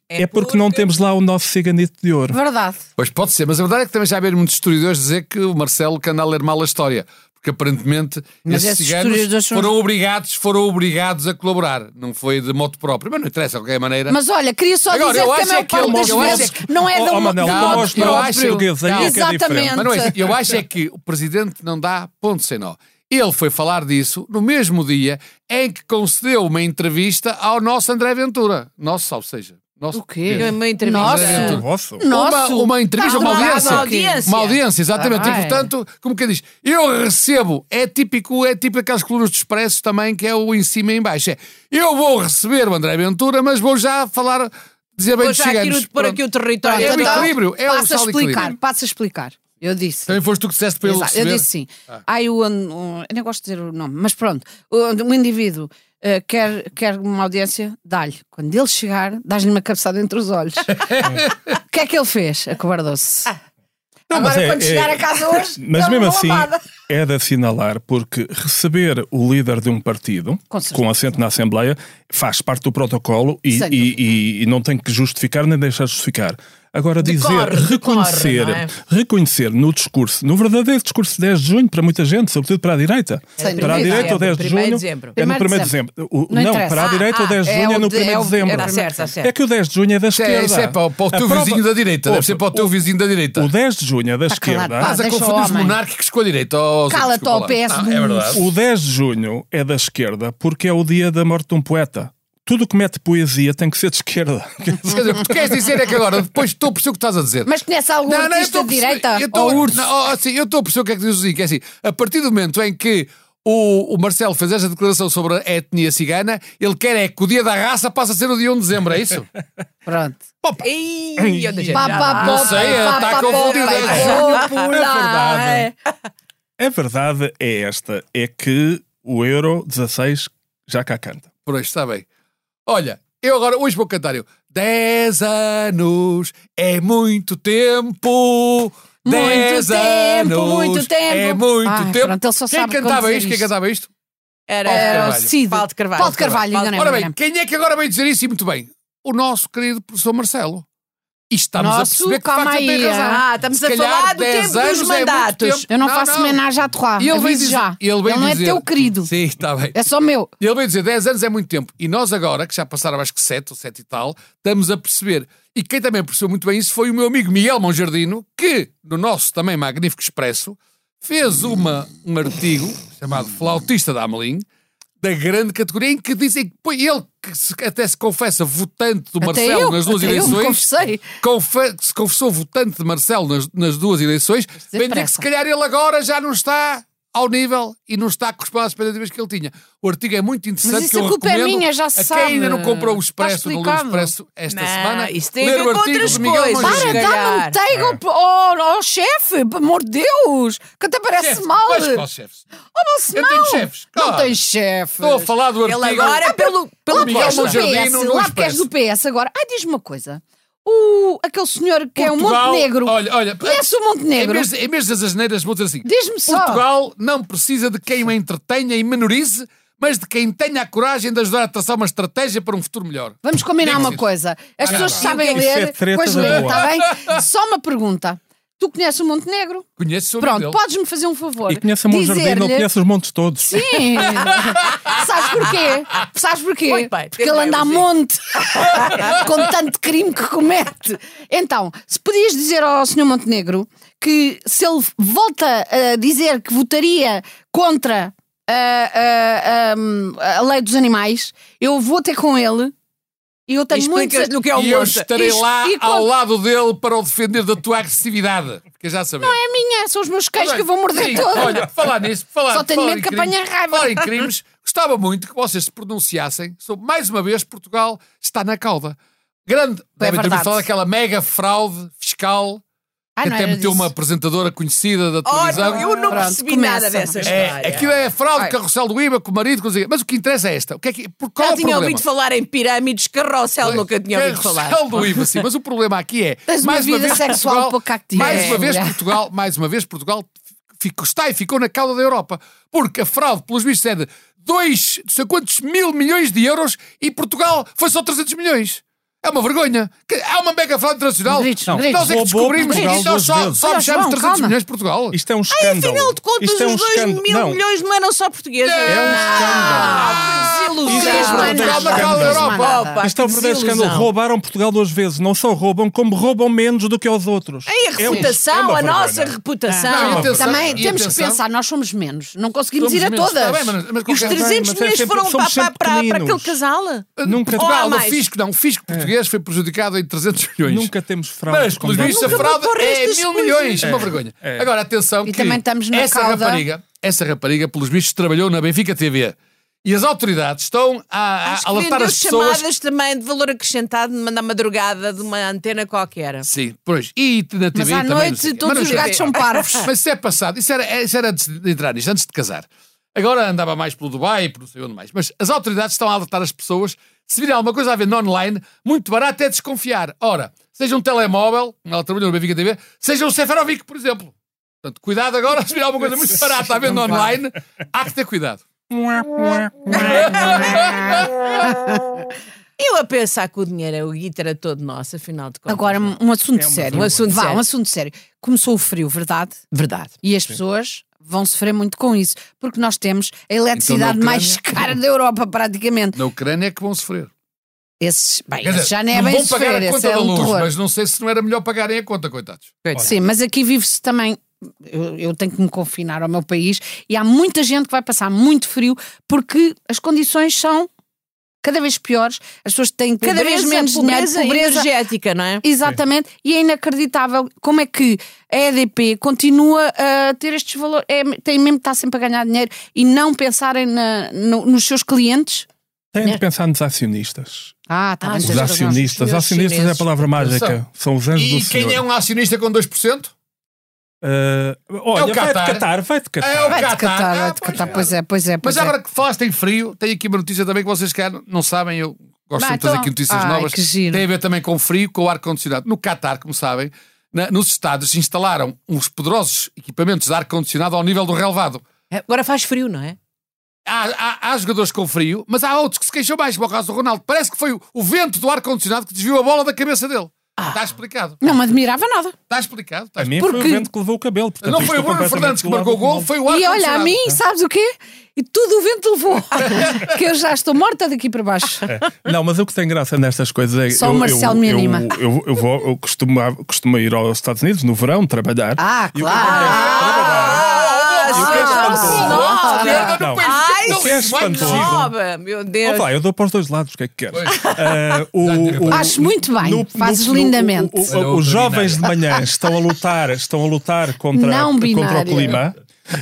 [SPEAKER 3] é, porque, não temos lá o nosso ciganito de ouro.
[SPEAKER 1] Verdade.
[SPEAKER 4] Pois pode ser, mas a verdade é que também já haver muitos historiadores dizer que o Marcelo que anda a ler mal a história. porque aparentemente
[SPEAKER 2] Mas
[SPEAKER 4] esses
[SPEAKER 2] esses
[SPEAKER 4] ciganos
[SPEAKER 2] historiadores são-
[SPEAKER 4] foram obrigados, foram obrigados a colaborar. Não foi de moto próprio, mas não interessa, de qualquer maneira.
[SPEAKER 1] Mas olha, queria só
[SPEAKER 4] Agora,
[SPEAKER 1] dizer
[SPEAKER 4] eu
[SPEAKER 1] que
[SPEAKER 4] acho
[SPEAKER 1] a maior
[SPEAKER 4] é que ele
[SPEAKER 1] parte das
[SPEAKER 4] mostra-
[SPEAKER 1] vezes não é
[SPEAKER 3] Oh,
[SPEAKER 1] da
[SPEAKER 3] oh, Manel,
[SPEAKER 1] moto
[SPEAKER 4] não,
[SPEAKER 1] próprio.
[SPEAKER 4] mostra o
[SPEAKER 1] Próprio.
[SPEAKER 3] português, aí é que é diferente.
[SPEAKER 1] Exatamente.
[SPEAKER 4] Mas não é isso. Eu acho é que o presidente não dá ponto sem nó. Ele foi falar disso no mesmo dia em que concedeu uma entrevista ao nosso André Ventura. Nosso, ou seja, nosso.
[SPEAKER 2] O quê? Uma
[SPEAKER 1] Nossa.
[SPEAKER 2] entrevista.
[SPEAKER 3] O vosso?
[SPEAKER 4] Uma,
[SPEAKER 1] Nosso.
[SPEAKER 4] uma entrevista, uma
[SPEAKER 1] Tá bem.
[SPEAKER 4] audiência.
[SPEAKER 2] Uma audiência. Tá
[SPEAKER 4] Uma audiência,
[SPEAKER 1] Ah,
[SPEAKER 4] exatamente. e
[SPEAKER 1] é.
[SPEAKER 4] portanto, como que diz? Eu recebo, é típico, é típico aquelas colunas de expresso também, que é o em cima e em baixo. É, eu vou receber o André Ventura, mas vou já falar, dizer bem
[SPEAKER 2] Vou
[SPEAKER 4] dos
[SPEAKER 2] já
[SPEAKER 4] ciganos.
[SPEAKER 2] aqui pôr aqui o território.
[SPEAKER 4] É o
[SPEAKER 1] Pronto, então,
[SPEAKER 4] equilíbrio, é o
[SPEAKER 1] passa a
[SPEAKER 4] sal
[SPEAKER 1] explicar,
[SPEAKER 4] equilíbrio.
[SPEAKER 1] passa a explicar. Eu disse.
[SPEAKER 4] Também foste tu que disseste para ele
[SPEAKER 1] Exato, eu
[SPEAKER 4] receber. Ah.
[SPEAKER 1] disse sim. Aí o, an- um, eu nem gosto de dizer o nome, mas pronto, o- um indivíduo eh, quer, quer uma audiência, dá-lhe. Quando ele chegar, dás-lhe uma cabeçada entre os olhos. O que é que ele fez? Acobardou-se.
[SPEAKER 3] Não, mas
[SPEAKER 1] Agora,
[SPEAKER 3] é-
[SPEAKER 1] quando
[SPEAKER 3] é-
[SPEAKER 1] chegar a casa hoje,
[SPEAKER 3] Mas
[SPEAKER 1] dá-lhe
[SPEAKER 3] mesmo
[SPEAKER 1] uma
[SPEAKER 3] assim,
[SPEAKER 1] lambada.
[SPEAKER 3] é de assinalar, porque receber o líder de um partido
[SPEAKER 1] Com certeza.
[SPEAKER 3] com assento na Assembleia faz parte do protocolo e,
[SPEAKER 1] Sem
[SPEAKER 3] e- e- e não tem que justificar nem deixar justificar. Agora, dizer,
[SPEAKER 2] Decorre, decorre,
[SPEAKER 3] reconhecer,
[SPEAKER 2] não é?
[SPEAKER 3] reconhecer no discurso, no verdadeiro discurso de 10 de junho, para muita gente, sobretudo para a direita.
[SPEAKER 1] Sem
[SPEAKER 3] para
[SPEAKER 1] dúvida.
[SPEAKER 3] a
[SPEAKER 1] é
[SPEAKER 3] direita, o 10 de
[SPEAKER 2] Primeiro
[SPEAKER 3] junho.
[SPEAKER 2] de dezembro.
[SPEAKER 3] É no
[SPEAKER 1] Primeiro de
[SPEAKER 3] 1 de
[SPEAKER 1] dezembro.
[SPEAKER 3] dezembro. O-
[SPEAKER 1] Não
[SPEAKER 3] Não,
[SPEAKER 1] interessa.
[SPEAKER 3] para a direita,
[SPEAKER 2] Ah,
[SPEAKER 3] o 10 de
[SPEAKER 1] ah,
[SPEAKER 3] junho
[SPEAKER 1] é
[SPEAKER 3] é
[SPEAKER 1] o
[SPEAKER 3] no
[SPEAKER 1] de-
[SPEAKER 3] 1 de
[SPEAKER 1] é o-
[SPEAKER 3] dezembro.
[SPEAKER 1] é o-
[SPEAKER 2] certo, tá certo.
[SPEAKER 3] É que o 10 de junho é da
[SPEAKER 4] Isso é,
[SPEAKER 3] esquerda.
[SPEAKER 4] isso é para, o- para o
[SPEAKER 3] A
[SPEAKER 4] teu
[SPEAKER 3] prova-
[SPEAKER 4] vizinho da direita, deve ser para o teu vizinho da direita.
[SPEAKER 3] O 10 de junho é da
[SPEAKER 1] calado,
[SPEAKER 3] esquerda.
[SPEAKER 1] pá,
[SPEAKER 4] Estás a
[SPEAKER 1] deixa o
[SPEAKER 4] confundir os
[SPEAKER 1] Ah, homem.
[SPEAKER 4] monárquicos com a direita. ó, Zé,
[SPEAKER 1] Cala-te,
[SPEAKER 4] desculpa
[SPEAKER 1] ó,
[SPEAKER 4] lá.
[SPEAKER 1] PS
[SPEAKER 4] Ah, É verdade.
[SPEAKER 3] O 10 de junho é da esquerda porque é o dia da morte de um poeta. Tudo que mete poesia tem que ser de esquerda. Quer dizer,
[SPEAKER 4] Quer dizer, o que tu queres dizer é que agora, depois estou a perceber o que estás a dizer.
[SPEAKER 1] Mas conhece algum
[SPEAKER 4] eu
[SPEAKER 1] artista
[SPEAKER 4] estou a
[SPEAKER 1] de
[SPEAKER 4] perceber-
[SPEAKER 1] direita?
[SPEAKER 4] Eu estou,
[SPEAKER 1] Ou urso?
[SPEAKER 4] Não, ó, assim, eu estou a perceber o que é que diz o Zico. É assim, a partir do momento em que o, o Marcelo fez esta declaração sobre a etnia cigana, ele quer é que o dia da raça passe a ser o dia 1 de dezembro, é isso?
[SPEAKER 1] Pronto.
[SPEAKER 2] Ei,
[SPEAKER 3] Ei,
[SPEAKER 2] eu deixei
[SPEAKER 1] Pá,
[SPEAKER 2] já.
[SPEAKER 1] pá,
[SPEAKER 4] Não
[SPEAKER 1] pá,
[SPEAKER 4] sei,
[SPEAKER 1] pá,
[SPEAKER 4] tá
[SPEAKER 1] pá,
[SPEAKER 4] confundido.
[SPEAKER 1] pá,
[SPEAKER 4] É
[SPEAKER 1] pá, pá, lá.
[SPEAKER 3] verdade. a verdade é esta: é que o Euro 16 já cá canta.
[SPEAKER 4] Por hoje, está bem. Olha, eu agora, hoje vou cantar eu. 10 anos é muito tempo.
[SPEAKER 1] Muito
[SPEAKER 4] 10
[SPEAKER 1] tempo,
[SPEAKER 4] anos
[SPEAKER 1] muito tempo.
[SPEAKER 4] É muito
[SPEAKER 1] Ai,
[SPEAKER 4] tempo.
[SPEAKER 1] pronto, ele só
[SPEAKER 4] Quem
[SPEAKER 1] sabe como
[SPEAKER 4] cantava
[SPEAKER 1] dizer
[SPEAKER 4] isto? Quem
[SPEAKER 1] isto.
[SPEAKER 4] cantava isto?
[SPEAKER 2] Era,
[SPEAKER 1] Era o
[SPEAKER 4] Paulo de
[SPEAKER 1] Cid.
[SPEAKER 2] Paulo de Carvalho.
[SPEAKER 1] Paulo de Carvalho,
[SPEAKER 2] Paulo de
[SPEAKER 1] enganei-me,
[SPEAKER 4] Ora bem,
[SPEAKER 1] enganei-me.
[SPEAKER 4] quem é que agora vai dizer isso e muito bem? O nosso querido professor Marcelo. E estamos
[SPEAKER 1] Nosso,
[SPEAKER 4] a perceber que de
[SPEAKER 1] calma
[SPEAKER 4] facto ele tem
[SPEAKER 1] aí,
[SPEAKER 4] razão.
[SPEAKER 2] Ah, estamos
[SPEAKER 4] Se
[SPEAKER 2] a
[SPEAKER 4] calhar
[SPEAKER 2] falar do
[SPEAKER 4] 10
[SPEAKER 2] tempo dos
[SPEAKER 4] anos é muito
[SPEAKER 2] mandatos.
[SPEAKER 4] tempo.
[SPEAKER 1] Eu não, faço homenagem à Troá.
[SPEAKER 4] E ele vem
[SPEAKER 1] Ah, Aviso
[SPEAKER 4] dizer,
[SPEAKER 1] já.
[SPEAKER 4] Ele, vem
[SPEAKER 1] não
[SPEAKER 4] dizer-
[SPEAKER 1] é teu querido.
[SPEAKER 4] Sim, está bem.
[SPEAKER 1] É só meu.
[SPEAKER 4] Ele veio dizer 10 anos é muito tempo. E nós agora, que já passaram acho que 7 ou 7 e tal, estamos a perceber. E quem também percebeu muito bem isso foi o meu amigo Miguel Monjardino, que no nosso também magnífico expresso fez uma, um artigo chamado Flautista da Amelim, da grande categoria, em que dizem que pô, ele que se- até se confessa votante do
[SPEAKER 1] Até
[SPEAKER 4] Marcelo
[SPEAKER 1] eu,
[SPEAKER 4] nas duas
[SPEAKER 1] até eu me
[SPEAKER 4] eleições.
[SPEAKER 1] confessei.
[SPEAKER 4] confe- se confessou votante de Marcelo nas, nas duas eleições,
[SPEAKER 1] dizer
[SPEAKER 4] vem dizer que
[SPEAKER 1] pressa.
[SPEAKER 4] se calhar ele agora já não está ao nível e não está a corresponder às expectativas que ele tinha. O artigo é muito interessante.
[SPEAKER 1] Mas isso
[SPEAKER 4] que eu
[SPEAKER 1] a culpa é
[SPEAKER 4] recomendo
[SPEAKER 1] minha, já se
[SPEAKER 4] a
[SPEAKER 1] sabe.
[SPEAKER 4] Quem ainda não comprou o
[SPEAKER 1] Está
[SPEAKER 4] Expresso, não leu o
[SPEAKER 1] explicado.
[SPEAKER 4] Expresso esta
[SPEAKER 2] Não,
[SPEAKER 4] semana,
[SPEAKER 2] isso tem a
[SPEAKER 4] ler
[SPEAKER 2] ver
[SPEAKER 4] o
[SPEAKER 2] com
[SPEAKER 4] artigo
[SPEAKER 2] outras
[SPEAKER 4] de Miguel
[SPEAKER 2] coisas.
[SPEAKER 4] Monjardino.
[SPEAKER 1] Para,
[SPEAKER 2] Se
[SPEAKER 1] dá
[SPEAKER 2] calhar.
[SPEAKER 1] manteiga
[SPEAKER 3] É.
[SPEAKER 1] ao- ao ao chefe, pelo amor de Deus, que até parece
[SPEAKER 4] Chefe,
[SPEAKER 1] mal.
[SPEAKER 4] pois, qual chefes?
[SPEAKER 1] Oh, se
[SPEAKER 4] Eu
[SPEAKER 1] não.
[SPEAKER 4] tenho chefes,
[SPEAKER 1] Não
[SPEAKER 4] claro.
[SPEAKER 1] tem chefe.
[SPEAKER 4] Estou a falar do artigo.
[SPEAKER 2] Ele agora, pelo,
[SPEAKER 1] Lá
[SPEAKER 2] pelo
[SPEAKER 1] porque
[SPEAKER 4] Ah, Miguel
[SPEAKER 1] és do
[SPEAKER 4] Monjardino
[SPEAKER 1] PS,
[SPEAKER 4] no
[SPEAKER 1] lá porque és do
[SPEAKER 4] Expresso.
[SPEAKER 1] PS agora. Ai, diz-me uma coisa. O, aquele senhor que é o
[SPEAKER 4] Portugal-
[SPEAKER 1] Montenegro.
[SPEAKER 4] Olha, olha.
[SPEAKER 1] Conhece o Montenegro?
[SPEAKER 4] Em vez, em vez das asneiras, vou dizer assim.
[SPEAKER 1] Diz-me só.
[SPEAKER 4] Portugal não precisa de quem o entretenha e menorize, mas de quem tenha a coragem de ajudar a traçar uma estratégia para um futuro melhor.
[SPEAKER 1] Vamos combinar
[SPEAKER 4] Diga-se Ah,
[SPEAKER 1] uma
[SPEAKER 4] isso.
[SPEAKER 1] coisa. As pessoas que
[SPEAKER 3] claro.
[SPEAKER 1] sabem
[SPEAKER 3] Isso é
[SPEAKER 1] ler,
[SPEAKER 3] treta
[SPEAKER 1] pois
[SPEAKER 3] da
[SPEAKER 1] lêem,
[SPEAKER 3] boa.
[SPEAKER 1] está bem? Só uma pergunta. Tu conheces o Montenegro?
[SPEAKER 4] Conheces o amigo
[SPEAKER 1] Pronto,
[SPEAKER 4] dele?
[SPEAKER 1] podes-me fazer um favor.
[SPEAKER 3] E conhece a Monjardim, não
[SPEAKER 1] Dizer-lhe-
[SPEAKER 3] conhece os montes todos.
[SPEAKER 1] Sim! Sabes porquê? Sabes porquê?
[SPEAKER 2] Muito bem.
[SPEAKER 1] Porque ele anda a monte com tanto crime que comete. Então, se podias dizer ao Sr. Montenegro que se ele volta a dizer que votaria contra a, a- a- a lei dos animais, eu vou ter com ele e eu tenho muito.
[SPEAKER 2] Explicas no que é o
[SPEAKER 4] E eu
[SPEAKER 2] monte.
[SPEAKER 4] estarei
[SPEAKER 1] Isto-
[SPEAKER 4] lá
[SPEAKER 1] e
[SPEAKER 4] ao
[SPEAKER 1] quando-
[SPEAKER 4] lado dele para o defender da tua agressividade. Porque já sabes. Não
[SPEAKER 1] É minha, são os meus queijos que eu vou morder todo.
[SPEAKER 4] Olha, falar nisso, falar
[SPEAKER 1] Só tenho
[SPEAKER 4] falar
[SPEAKER 1] medo
[SPEAKER 4] em
[SPEAKER 1] que
[SPEAKER 4] crimes,
[SPEAKER 1] apanhe raiva.
[SPEAKER 4] Falar em crimes, gostava muito que vocês se pronunciassem sobre, mais uma vez, Portugal está na cauda. Grande. Devem ter ouvido
[SPEAKER 1] É verdade.
[SPEAKER 4] falar daquela mega fraude fiscal
[SPEAKER 1] Ah,
[SPEAKER 4] que
[SPEAKER 1] não
[SPEAKER 4] até
[SPEAKER 1] era
[SPEAKER 4] meteu
[SPEAKER 1] disso.
[SPEAKER 4] uma apresentadora conhecida da televisão.
[SPEAKER 2] Ora, eu não
[SPEAKER 1] Pronto,
[SPEAKER 2] percebi
[SPEAKER 1] começa.
[SPEAKER 2] nada dessa
[SPEAKER 4] É,
[SPEAKER 2] história.
[SPEAKER 4] aquilo é fraude,
[SPEAKER 1] Ai.
[SPEAKER 4] carrossel do IVA, com o marido, com os... mas o que interessa é esta. O que é que... Por qual
[SPEAKER 2] Já
[SPEAKER 4] é o
[SPEAKER 2] tinha
[SPEAKER 4] problema?
[SPEAKER 2] ouvido falar em pirâmides, carrossel, nunca tinha ouvido falar.
[SPEAKER 4] Carrossel do IVA, sim. Mas o problema aqui é...
[SPEAKER 1] Tens uma
[SPEAKER 4] mais uma
[SPEAKER 1] vida
[SPEAKER 4] vez,
[SPEAKER 1] sexual
[SPEAKER 4] Portugal,
[SPEAKER 1] pouco ativa.
[SPEAKER 4] Mais
[SPEAKER 1] É,
[SPEAKER 4] uma vez
[SPEAKER 1] mulher.
[SPEAKER 4] Portugal, mais uma vez Portugal ficou, está e ficou na cauda da Europa. Porque a fraude, pelos vistos, é de 2, não sei quantos mil milhões de euros e Portugal foi só 300 milhões. É uma vergonha. Que- É uma mega fraude internacional.
[SPEAKER 1] Gritos, não.
[SPEAKER 4] Nós é que
[SPEAKER 3] Roubou
[SPEAKER 4] descobrimos
[SPEAKER 3] Portugal
[SPEAKER 4] e nós só,
[SPEAKER 3] duas
[SPEAKER 4] só
[SPEAKER 1] vezes.
[SPEAKER 4] fechamos
[SPEAKER 1] Olha, João,
[SPEAKER 4] 300
[SPEAKER 1] calma.
[SPEAKER 4] milhões de Portugal.
[SPEAKER 3] Isto é um
[SPEAKER 2] Ai,
[SPEAKER 3] escândalo.
[SPEAKER 2] afinal de contas,
[SPEAKER 3] Isto é um
[SPEAKER 2] os 2
[SPEAKER 3] escândalo.
[SPEAKER 2] mil
[SPEAKER 3] não,
[SPEAKER 2] milhões não eram só portugueses.
[SPEAKER 3] É um escândalo.
[SPEAKER 2] Ah, desilusão.
[SPEAKER 3] Isso é
[SPEAKER 4] Portugal
[SPEAKER 3] verdadeiro
[SPEAKER 4] na
[SPEAKER 3] escândalo.
[SPEAKER 4] cala da Europa.
[SPEAKER 2] Opa,
[SPEAKER 3] Isto é um
[SPEAKER 2] que
[SPEAKER 3] verdadeiro
[SPEAKER 2] desilusão.
[SPEAKER 3] escândalo. Roubaram Portugal duas vezes. Não só roubam, como roubam menos do que aos outros.
[SPEAKER 2] Ei, a
[SPEAKER 3] É um-
[SPEAKER 2] reputação,
[SPEAKER 3] é uma
[SPEAKER 2] a
[SPEAKER 3] vergonha.
[SPEAKER 2] nossa reputação.
[SPEAKER 4] Não, é e atenção,
[SPEAKER 1] Também
[SPEAKER 4] e
[SPEAKER 1] temos que
[SPEAKER 4] atenção.
[SPEAKER 1] pensar, nós somos menos, não conseguimos
[SPEAKER 4] Somos
[SPEAKER 1] ir a
[SPEAKER 4] menos.
[SPEAKER 1] todas.
[SPEAKER 4] Está bem, mas- mas
[SPEAKER 2] e os
[SPEAKER 4] qualquer-
[SPEAKER 2] 300
[SPEAKER 3] mas é
[SPEAKER 2] milhões
[SPEAKER 3] sempre-
[SPEAKER 2] foram para,
[SPEAKER 3] somos
[SPEAKER 2] para,
[SPEAKER 3] sempre
[SPEAKER 2] para, para aquele
[SPEAKER 3] pequeninos.
[SPEAKER 2] casal.
[SPEAKER 3] Nunca, É.
[SPEAKER 2] Ou há
[SPEAKER 4] Portugal, o
[SPEAKER 2] mais.
[SPEAKER 4] fisco não, o fisco português foi prejudicado em 300 milhões.
[SPEAKER 3] nunca temos fraude.
[SPEAKER 4] Mas, pelos vistos, a
[SPEAKER 2] Nunca
[SPEAKER 4] fraude
[SPEAKER 2] vou pôr
[SPEAKER 4] é
[SPEAKER 2] estas
[SPEAKER 4] mil
[SPEAKER 2] coisas.
[SPEAKER 4] milhões. Uma vergonha.
[SPEAKER 3] é.
[SPEAKER 4] Agora, atenção
[SPEAKER 1] E
[SPEAKER 4] que
[SPEAKER 1] também estamos na
[SPEAKER 4] essa
[SPEAKER 1] cauda.
[SPEAKER 4] rapariga, essa rapariga, pelos vistos, trabalhou na Benfica TV. E as autoridades estão a, a
[SPEAKER 2] Acho que
[SPEAKER 4] alertar
[SPEAKER 2] vendeu
[SPEAKER 4] as pessoas...
[SPEAKER 2] chamadas também de valor acrescentado na madrugada de uma antena qualquer.
[SPEAKER 4] Sim, pois. E na TV
[SPEAKER 1] à
[SPEAKER 4] também,
[SPEAKER 1] noite
[SPEAKER 4] não sei o quê.
[SPEAKER 1] todos
[SPEAKER 4] Mas não
[SPEAKER 1] os
[SPEAKER 4] sei o quê.
[SPEAKER 1] gatos são parvos.
[SPEAKER 4] Mas isso é passado. Isso era, isso era antes de entrar nisto, antes de casar. Agora andava mais pelo Dubai, por não sei onde mais. Mas as autoridades estão a alertar as pessoas. Se virem alguma coisa a venda online, muito barato é desconfiar. Ora, seja um telemóvel, como ela trabalhou no Benfica TV, seja um Seferovic, por exemplo. Portanto, cuidado agora, se virar alguma coisa muito barata à venda online, há que ter cuidado.
[SPEAKER 2] Eu a pensar que o dinheiro, é o guita era todo nosso, afinal de
[SPEAKER 4] tá,
[SPEAKER 2] contas.
[SPEAKER 1] Agora, um um
[SPEAKER 4] é
[SPEAKER 1] assunto sério.
[SPEAKER 2] vergonha. Um assunto
[SPEAKER 1] Vá,
[SPEAKER 2] sério.
[SPEAKER 1] um assunto sério. Começou o frio, verdade?
[SPEAKER 2] verdade.
[SPEAKER 1] E as pessoas vão sofrer muito com isso, porque nós temos a eletricidade
[SPEAKER 4] Então, Ucrânia-
[SPEAKER 1] mais cara da Europa, praticamente.
[SPEAKER 4] Na Ucrânia é que vão sofrer.
[SPEAKER 1] Esses, bem,
[SPEAKER 4] Quer dizer,
[SPEAKER 1] esses já nem é
[SPEAKER 4] não
[SPEAKER 1] bem
[SPEAKER 4] vão pagar
[SPEAKER 1] sofrer,
[SPEAKER 4] a
[SPEAKER 1] esse
[SPEAKER 4] conta
[SPEAKER 1] é
[SPEAKER 4] da
[SPEAKER 1] um
[SPEAKER 4] luz,
[SPEAKER 1] terror.
[SPEAKER 4] mas não sei se não era melhor pagarem a conta, coitados.
[SPEAKER 1] Sim, mas aqui vive-se também. Eu, eu tenho que me confinar ao meu país e há muita gente que vai passar muito frio porque as condições são cada vez piores, as pessoas têm cada vez menos
[SPEAKER 2] pobreza,
[SPEAKER 1] dinheiro, pobreza.
[SPEAKER 2] energética, não é?
[SPEAKER 1] Exatamente, e é inacreditável como é que a EDP continua a ter estes valores, é, tem mesmo que estar sempre a ganhar dinheiro e não pensarem na- no- nos seus clientes.
[SPEAKER 3] Tem
[SPEAKER 1] Né?
[SPEAKER 3] de pensar nos acionistas.
[SPEAKER 1] Ah, está
[SPEAKER 2] Ah,
[SPEAKER 1] bem,
[SPEAKER 2] sim.
[SPEAKER 3] Os
[SPEAKER 1] tens razão.
[SPEAKER 3] acionistas.
[SPEAKER 2] Os
[SPEAKER 3] Acionistas é a
[SPEAKER 2] chineses.
[SPEAKER 3] palavra mágica. São os anjos do
[SPEAKER 4] E
[SPEAKER 3] Senhor.
[SPEAKER 4] quem é um acionista com 2%?
[SPEAKER 3] Ah, olha,
[SPEAKER 4] É o
[SPEAKER 3] vai de
[SPEAKER 4] Qatar.
[SPEAKER 3] Qatar, vai de Qatar.
[SPEAKER 4] É o
[SPEAKER 1] Vai-te
[SPEAKER 4] Qatar.
[SPEAKER 1] catar,
[SPEAKER 4] Ah,
[SPEAKER 1] vai-te
[SPEAKER 4] pois
[SPEAKER 1] catar,
[SPEAKER 4] é.
[SPEAKER 1] pois é, pois é. Pois
[SPEAKER 4] Mas
[SPEAKER 1] é.
[SPEAKER 4] agora que falaste em frio, tenho aqui uma notícia também que vocês que não sabem, eu
[SPEAKER 1] Bah,
[SPEAKER 4] gosto sempre de trazer
[SPEAKER 1] então.
[SPEAKER 4] aqui notícias
[SPEAKER 1] Ai,
[SPEAKER 4] novas.
[SPEAKER 1] que giro.
[SPEAKER 4] Tem a ver também com frio, com o ar-condicionado. No Qatar, como sabem, na- nos estados se instalaram uns poderosos equipamentos de ar-condicionado ao nível do relevado.
[SPEAKER 2] Agora faz frio, não é?
[SPEAKER 4] Há, há- há jogadores com frio, mas há outros que se queixam mais, como é o caso do Ronaldo. Parece que foi o, o vento do ar-condicionado que desviou a bola da cabeça dele. Está explicado.
[SPEAKER 1] Ah. Não me admirava nada.
[SPEAKER 4] Está explicado. Está
[SPEAKER 3] A mim
[SPEAKER 4] explicado.
[SPEAKER 3] foi
[SPEAKER 1] Porque-
[SPEAKER 3] o vento que levou o cabelo. portanto,
[SPEAKER 4] Não
[SPEAKER 3] eu
[SPEAKER 4] foi o
[SPEAKER 3] estou
[SPEAKER 4] Bruno
[SPEAKER 3] completamente
[SPEAKER 4] Fernandes que
[SPEAKER 3] do lado
[SPEAKER 4] marcou o
[SPEAKER 3] do
[SPEAKER 4] gol,
[SPEAKER 3] Ronaldo.
[SPEAKER 4] foi o
[SPEAKER 1] E
[SPEAKER 4] ar-condicionado.
[SPEAKER 1] olha, a mim, sabes o quê? E tudo o vento levou. que eu já estou morta daqui para baixo.
[SPEAKER 3] É. Não, mas o que tem graça nestas coisas é
[SPEAKER 1] Só o Marcelo me anima.
[SPEAKER 3] Eu, eu, eu vou, eu costumo, costumo ir aos Estados Unidos no verão trabalhar.
[SPEAKER 1] Ah,
[SPEAKER 3] E o que
[SPEAKER 1] claro.
[SPEAKER 3] acontece?
[SPEAKER 2] Ah,
[SPEAKER 3] Trabalhar. E o que é
[SPEAKER 2] ah,
[SPEAKER 3] espantoso?
[SPEAKER 2] nossa.
[SPEAKER 3] Ah,
[SPEAKER 4] Esquerda
[SPEAKER 3] não.
[SPEAKER 4] no país.
[SPEAKER 2] Ai,
[SPEAKER 4] Não,
[SPEAKER 3] O que é
[SPEAKER 4] isso vai-
[SPEAKER 3] espantoso?
[SPEAKER 2] nova, meu Deus.
[SPEAKER 3] Opa, eu dou para os dois lados, o que é que queres? Ah, o- o-
[SPEAKER 1] Acho muito bem, fazes lindamente.
[SPEAKER 3] o- o- o- os jovens de manhã estão a lutar, estão a lutar contra,
[SPEAKER 1] Não
[SPEAKER 3] contra o
[SPEAKER 1] binário.
[SPEAKER 3] clima.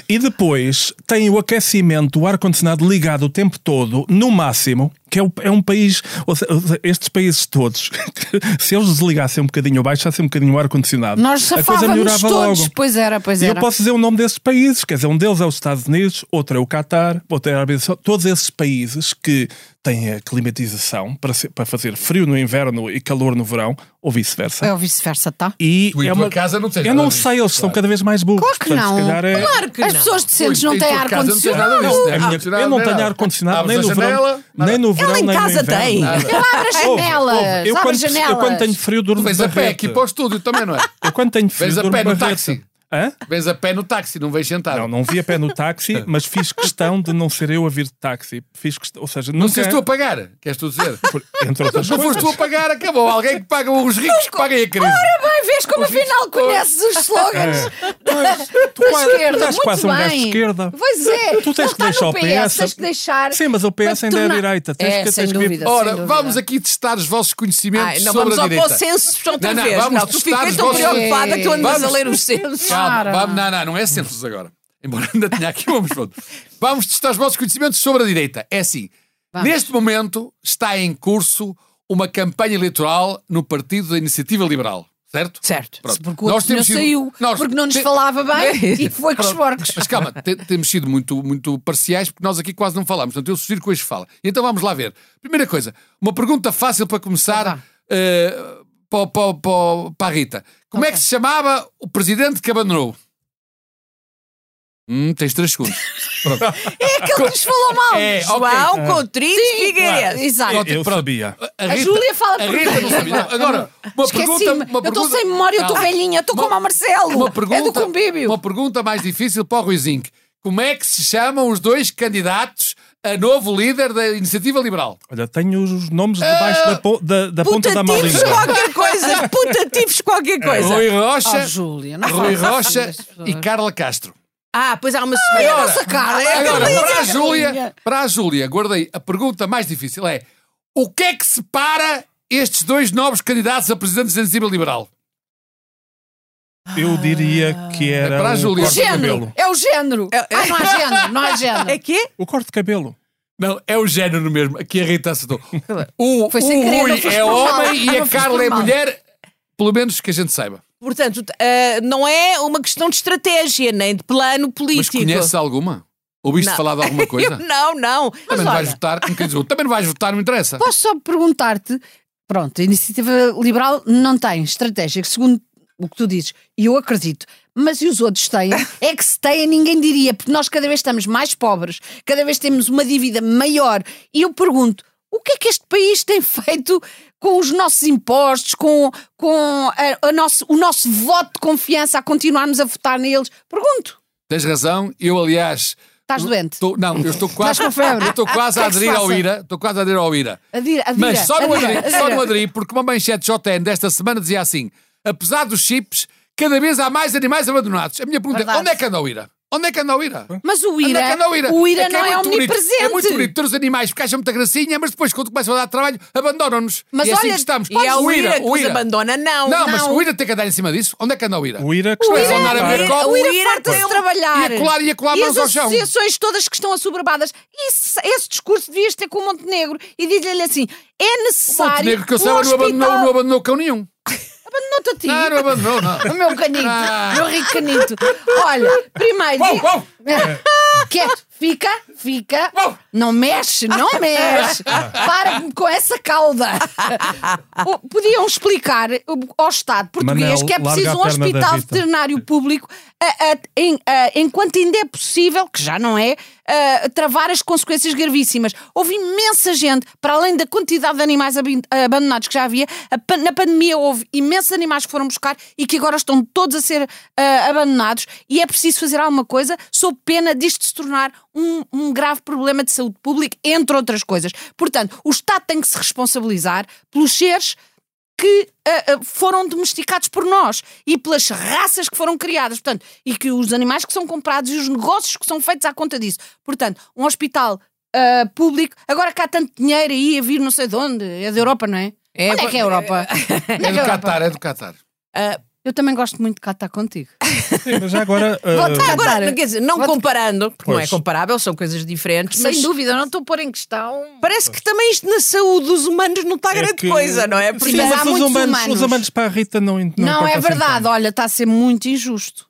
[SPEAKER 3] E depois tem o aquecimento, o ar-condicionado ligado o tempo todo, no máximo, que é, o- é um país, ou se- ou se- estes países todos, se eles desligassem um bocadinho ou baixassem um bocadinho o ar-condicionado,
[SPEAKER 1] Nós
[SPEAKER 3] a coisa
[SPEAKER 1] safávamos
[SPEAKER 3] melhorava
[SPEAKER 1] todos.
[SPEAKER 3] logo.
[SPEAKER 1] Pois era, pois
[SPEAKER 3] E eu
[SPEAKER 1] era.
[SPEAKER 3] posso dizer o nome desses países, quer dizer, um deles é os Estados Unidos, outro é o Qatar, outro é a Arábia Saudita, todos esses países que têm a climatização para, ser- para fazer frio no inverno e calor no verão, ou vice-versa.
[SPEAKER 1] É o vice-versa, tá?
[SPEAKER 3] E
[SPEAKER 4] Tu e
[SPEAKER 3] é
[SPEAKER 4] a tua casa não tens
[SPEAKER 3] Eu
[SPEAKER 4] nada
[SPEAKER 3] não
[SPEAKER 4] disso,
[SPEAKER 3] sei, eles são
[SPEAKER 4] claro.
[SPEAKER 3] cada vez mais burros.
[SPEAKER 1] Claro que
[SPEAKER 3] portanto, se
[SPEAKER 1] não.
[SPEAKER 3] calhar é-
[SPEAKER 2] Claro que
[SPEAKER 1] As
[SPEAKER 2] não.
[SPEAKER 1] pessoas decentes
[SPEAKER 4] Ui,
[SPEAKER 1] não
[SPEAKER 4] em
[SPEAKER 1] têm
[SPEAKER 4] tua casa não tens
[SPEAKER 1] ar-condicionado.
[SPEAKER 4] nada disso,
[SPEAKER 3] A
[SPEAKER 4] é
[SPEAKER 3] minha-
[SPEAKER 4] ar-condicionado,
[SPEAKER 3] eu não
[SPEAKER 4] nem
[SPEAKER 3] tenho
[SPEAKER 4] nada.
[SPEAKER 3] ar-condicionado
[SPEAKER 4] Abres
[SPEAKER 3] nem
[SPEAKER 4] a
[SPEAKER 3] no verão,
[SPEAKER 4] janela, nada.
[SPEAKER 3] nem no verão,
[SPEAKER 2] Ela em
[SPEAKER 3] nem no
[SPEAKER 2] casa
[SPEAKER 3] inverno.
[SPEAKER 2] tem.
[SPEAKER 1] Não abre as
[SPEAKER 3] Ouve,
[SPEAKER 1] janelas.
[SPEAKER 3] ouve, Eu
[SPEAKER 1] abre
[SPEAKER 3] quando,
[SPEAKER 1] as janelas.
[SPEAKER 3] eu quando tenho frio durmo
[SPEAKER 4] Tu vens a pé
[SPEAKER 3] barrete.
[SPEAKER 4] aqui para o estúdio também, não é?
[SPEAKER 3] Eu quando tenho frio
[SPEAKER 4] Vens a
[SPEAKER 3] durmo
[SPEAKER 4] pé no
[SPEAKER 3] barrete.
[SPEAKER 4] táxi.
[SPEAKER 3] Hã?
[SPEAKER 4] Vens a pé no táxi, não vens sentado.
[SPEAKER 3] Não, não vi a pé no táxi, mas fiz questão de não ser eu a vir de táxi. Fiz questão, ou seja,
[SPEAKER 4] Não
[SPEAKER 3] nunca...
[SPEAKER 4] seres tu a pagar, queres tu dizer?
[SPEAKER 3] Por- entre outras
[SPEAKER 4] Não
[SPEAKER 3] coisas.
[SPEAKER 4] foste tu a pagar, acabou. Alguém que paga os ricos que paguem a crise.
[SPEAKER 1] Ora bem, vês como afinal conheces os slogans
[SPEAKER 4] É.
[SPEAKER 3] tu
[SPEAKER 1] da
[SPEAKER 3] quase-
[SPEAKER 1] esquerda.
[SPEAKER 3] tu estás
[SPEAKER 1] Muito
[SPEAKER 3] quase um
[SPEAKER 1] bem.
[SPEAKER 3] gajo de esquerda.
[SPEAKER 1] Pois é.
[SPEAKER 3] Tu tens
[SPEAKER 1] Ele
[SPEAKER 3] que
[SPEAKER 1] está
[SPEAKER 3] deixar
[SPEAKER 1] no
[SPEAKER 3] o PS.
[SPEAKER 1] Tens que deixar.
[SPEAKER 3] Sim, mas o PS
[SPEAKER 1] para
[SPEAKER 3] ainda é
[SPEAKER 1] tornar-
[SPEAKER 3] direita. Tens
[SPEAKER 1] É,
[SPEAKER 3] que- Oh,
[SPEAKER 1] sem
[SPEAKER 3] tens que-
[SPEAKER 1] dúvida. sem
[SPEAKER 4] Ora,
[SPEAKER 1] dúvida.
[SPEAKER 4] vamos aqui testar os vossos conhecimentos
[SPEAKER 2] Ai, não
[SPEAKER 4] é sobre
[SPEAKER 2] vamos
[SPEAKER 4] a
[SPEAKER 2] ao
[SPEAKER 4] direita.
[SPEAKER 2] para o censo outra
[SPEAKER 4] Não, não,
[SPEAKER 2] vez.
[SPEAKER 4] vamos
[SPEAKER 2] não, tu
[SPEAKER 4] testar
[SPEAKER 2] ficas
[SPEAKER 4] os
[SPEAKER 2] tão
[SPEAKER 4] vossos-
[SPEAKER 2] preocupada que eu ando
[SPEAKER 4] Vamos-
[SPEAKER 2] a ler os censos.
[SPEAKER 4] Calma,
[SPEAKER 1] Para.
[SPEAKER 4] vamos, não, não, não é censos agora. Embora ainda tenha aqui vamos pronto. Vamos testar os vossos conhecimentos sobre a direita. É assim. Neste momento está em curso uma campanha eleitoral no Partido da Iniciativa Liberal, certo?
[SPEAKER 2] Certo.
[SPEAKER 4] Pronto.
[SPEAKER 1] Porque o outro não
[SPEAKER 4] sido-
[SPEAKER 1] saiu.
[SPEAKER 4] nós-
[SPEAKER 1] Porque não nos
[SPEAKER 4] te-
[SPEAKER 1] falava bem e foi com os porcos.
[SPEAKER 4] Mas calma, te- temos sido muito, muito parciais porque nós aqui quase não falamos. Portanto, eu sugiro que hoje fala. Então vamos lá ver. Primeira coisa, uma pergunta fácil para
[SPEAKER 1] Tá
[SPEAKER 4] começar
[SPEAKER 1] bem.
[SPEAKER 4] eh, para, para, para, para a Rita. Como é que se chamava o presidente que abandonou? Hum, tens três segundos. Pronto.
[SPEAKER 1] É aquele que nos falou mal.
[SPEAKER 4] É, ok.
[SPEAKER 2] João Coutinho Figueiredo.
[SPEAKER 4] tipo,
[SPEAKER 1] Exato.
[SPEAKER 3] Eu sabia.
[SPEAKER 4] a
[SPEAKER 1] A Júlia fala
[SPEAKER 4] a
[SPEAKER 1] por
[SPEAKER 4] Rita
[SPEAKER 1] mim.
[SPEAKER 4] não sabia. Não, Agora, uma
[SPEAKER 1] Esqueci-me.
[SPEAKER 4] pergunta.
[SPEAKER 1] é assim,
[SPEAKER 4] Uma
[SPEAKER 1] Eu estou
[SPEAKER 4] pergunta-
[SPEAKER 1] sem memória, eu estou
[SPEAKER 4] Não.
[SPEAKER 1] velhinha, eu estou como o Marcelo.
[SPEAKER 4] Uma pergunta,
[SPEAKER 1] é do convívio.
[SPEAKER 4] Uma pergunta mais difícil para o Ruizinho. Como é que se chamam os dois candidatos a novo líder da Iniciativa Liberal?
[SPEAKER 3] Olha, tenho os nomes debaixo
[SPEAKER 1] Ah,
[SPEAKER 3] da, po- da- da ponta
[SPEAKER 1] tipo
[SPEAKER 3] da má
[SPEAKER 2] Putativos
[SPEAKER 3] língua.
[SPEAKER 2] qualquer coisa, putativos qualquer coisa.
[SPEAKER 4] Rui Rocha,
[SPEAKER 1] Oh, Júlia, não
[SPEAKER 4] Rui
[SPEAKER 1] falas
[SPEAKER 4] Rocha
[SPEAKER 1] assim das pessoas.
[SPEAKER 4] e Carla Castro.
[SPEAKER 2] Ah, pois há uma senhora.
[SPEAKER 1] Nossa cara, é
[SPEAKER 4] Agora,
[SPEAKER 1] Carlinhos,
[SPEAKER 4] para a
[SPEAKER 1] é
[SPEAKER 4] Júlia,
[SPEAKER 1] Carlinha.
[SPEAKER 4] para a Júlia, guardei, a pergunta mais difícil é o que é que separa estes dois novos candidatos a presidente da Iniciativa Liberal?
[SPEAKER 3] Eu diria que era
[SPEAKER 4] É para a
[SPEAKER 3] o
[SPEAKER 4] Júlia.
[SPEAKER 1] O
[SPEAKER 3] corte de
[SPEAKER 1] género.
[SPEAKER 3] cabelo.
[SPEAKER 1] É o género.
[SPEAKER 2] É- é-
[SPEAKER 1] Ai, não há género, não há
[SPEAKER 2] É
[SPEAKER 1] género.
[SPEAKER 2] quê?
[SPEAKER 3] O corte de cabelo.
[SPEAKER 4] Não, é o género mesmo. Aqui a Rita acertou. O,
[SPEAKER 1] Foi
[SPEAKER 4] o
[SPEAKER 1] sem querer, não
[SPEAKER 4] Rui
[SPEAKER 1] foste
[SPEAKER 4] é
[SPEAKER 1] por mal.
[SPEAKER 4] homem e
[SPEAKER 1] Não
[SPEAKER 4] a
[SPEAKER 1] foste
[SPEAKER 4] Carla
[SPEAKER 1] por
[SPEAKER 4] é
[SPEAKER 1] mal.
[SPEAKER 4] mulher, pelo menos que a gente saiba.
[SPEAKER 2] Portanto, eh, não é uma questão de estratégia, nem de plano
[SPEAKER 4] Mas
[SPEAKER 2] político.
[SPEAKER 4] conheces alguma? Ouviste
[SPEAKER 2] Não.
[SPEAKER 4] falar de alguma coisa?
[SPEAKER 2] Eu não, não.
[SPEAKER 4] Também
[SPEAKER 1] olha-
[SPEAKER 4] não vais votar, como quem diz, "Oh, também não vais votar, não interessa.
[SPEAKER 1] Posso só perguntar-te, pronto, a iniciativa liberal não tem estratégia, que segundo o que tu dizes, e eu acredito, mas e os outros têm? É que se têm, ninguém diria, porque nós cada vez estamos mais pobres, cada vez temos uma dívida maior. E eu pergunto, o que é que este país tem feito com os nossos impostos, com, com a- a nosso- o nosso voto de confiança, a continuarmos a votar neles? Pergunto,
[SPEAKER 4] Tens razão, eu aliás.
[SPEAKER 1] estás doente?
[SPEAKER 4] Tô- não, eu estou quase.
[SPEAKER 1] Estás com febre?
[SPEAKER 4] Eu estou quase
[SPEAKER 1] O
[SPEAKER 4] a
[SPEAKER 1] que é que se
[SPEAKER 4] aderir ao
[SPEAKER 1] passa?
[SPEAKER 4] IRA. Estou quase a aderir ao IRA.
[SPEAKER 1] Adira, adira,
[SPEAKER 4] Mas só no
[SPEAKER 1] adira,
[SPEAKER 4] Adri, só
[SPEAKER 1] adira.
[SPEAKER 4] no Adri, porque uma manchete JN desta semana dizia assim: apesar dos chips, cada vez há mais animais abandonados. A minha pergunta é:
[SPEAKER 1] Verdade.
[SPEAKER 4] onde é que anda o IRA? Onde é que anda o IRA?
[SPEAKER 1] Mas o
[SPEAKER 4] Onde é que
[SPEAKER 1] Ira,
[SPEAKER 4] anda o IRA,
[SPEAKER 1] o Ira
[SPEAKER 4] que
[SPEAKER 1] não é,
[SPEAKER 4] muito bonito.
[SPEAKER 1] omnipresente.
[SPEAKER 4] É muito bonito ter os animais, porque acham muita gracinha, mas depois, quando começam a dar trabalho, abandonam-nos.
[SPEAKER 1] Mas
[SPEAKER 4] e é assim
[SPEAKER 1] olha,
[SPEAKER 4] que estamos.
[SPEAKER 2] E é o Ira que os abandona, não.
[SPEAKER 4] Não, mas o Ira tem que andar em cima disso. Onde é que anda o Ira?
[SPEAKER 3] O Ira que
[SPEAKER 1] O
[SPEAKER 3] está
[SPEAKER 1] Ira, é
[SPEAKER 3] a
[SPEAKER 4] andar a
[SPEAKER 3] lutar.
[SPEAKER 4] ver copo.
[SPEAKER 1] o
[SPEAKER 2] O
[SPEAKER 1] Ira
[SPEAKER 2] Ira
[SPEAKER 1] farta-se
[SPEAKER 2] tem-
[SPEAKER 1] de trabalhar.
[SPEAKER 4] Ia um- colar, ia colar
[SPEAKER 1] E
[SPEAKER 4] mãos
[SPEAKER 1] as
[SPEAKER 4] ao chão.
[SPEAKER 1] associações todas que estão assoberbadas. Isso, esse discurso devias ter com o Montenegro. E diz-lhe assim, é necessário
[SPEAKER 4] Montenegro, que
[SPEAKER 1] um
[SPEAKER 4] eu saiba, não
[SPEAKER 1] hospital...
[SPEAKER 4] abandonou, não abandonou cão nenhum.
[SPEAKER 1] Abandonou-te a ti.
[SPEAKER 4] Não, não abandonou, não.
[SPEAKER 1] O meu canito,
[SPEAKER 4] Ah.
[SPEAKER 1] o meu rico canito. Olha, primeiro...
[SPEAKER 4] Uau,
[SPEAKER 1] di-
[SPEAKER 4] uau.
[SPEAKER 1] Quieto, fica, fica.
[SPEAKER 4] Uau.
[SPEAKER 1] Não mexe, não mexe. Para com essa cauda. Oh, Podiam explicar ao Estado português
[SPEAKER 3] Manel,
[SPEAKER 1] que é preciso um
[SPEAKER 3] larga a perna da
[SPEAKER 1] hospital
[SPEAKER 3] Rita.
[SPEAKER 1] veterinário público a- a- em- a- enquanto ainda é possível, que já não é, a- a travar as consequências gravíssimas. Houve imensa gente, para além da quantidade de animais abin- abandonados que já havia, a pan- na pandemia houve imensos animais que foram buscar e que agora estão todos a ser ah, abandonados e é preciso fazer alguma coisa sob pena disto se tornar um, um grave problema de saúde pública, entre outras coisas. Portanto, o Estado tem que se responsabilizar pelos seres que ah, ah, foram domesticados por nós e pelas raças que foram criadas, portanto, e que os animais que são comprados e os negócios que são feitos à conta disso. Portanto, um hospital ah, público, agora que há tanto dinheiro aí a vir não sei de onde, é da Europa, não é?
[SPEAKER 2] É,
[SPEAKER 1] Onde é que é a Europa? Onde
[SPEAKER 4] É
[SPEAKER 1] é que é
[SPEAKER 4] do
[SPEAKER 1] a Europa?
[SPEAKER 4] Qatar, é do Qatar.
[SPEAKER 1] Eu também gosto muito de cá estar contigo.
[SPEAKER 3] Sim, mas já agora. ah,
[SPEAKER 1] Voltar.
[SPEAKER 2] Agora,
[SPEAKER 1] Cara,
[SPEAKER 2] quer dizer, não
[SPEAKER 1] vou-te-
[SPEAKER 2] comparando, porque não é
[SPEAKER 3] Pois.
[SPEAKER 2] comparável, são coisas diferentes, mas
[SPEAKER 1] Sem dúvida, eu não estou a pôr em questão.
[SPEAKER 2] parece que também isto na saúde dos humanos não está
[SPEAKER 3] é
[SPEAKER 2] grande
[SPEAKER 3] que-
[SPEAKER 2] coisa, não é?
[SPEAKER 3] Sim,
[SPEAKER 1] mas
[SPEAKER 3] mas
[SPEAKER 1] há
[SPEAKER 3] os
[SPEAKER 1] muitos
[SPEAKER 3] humanos,
[SPEAKER 1] humanos.
[SPEAKER 3] os humanos para a Rita não assim Não,
[SPEAKER 1] Não, é
[SPEAKER 3] importam sempre.
[SPEAKER 1] verdade, olha, está a ser muito injusto.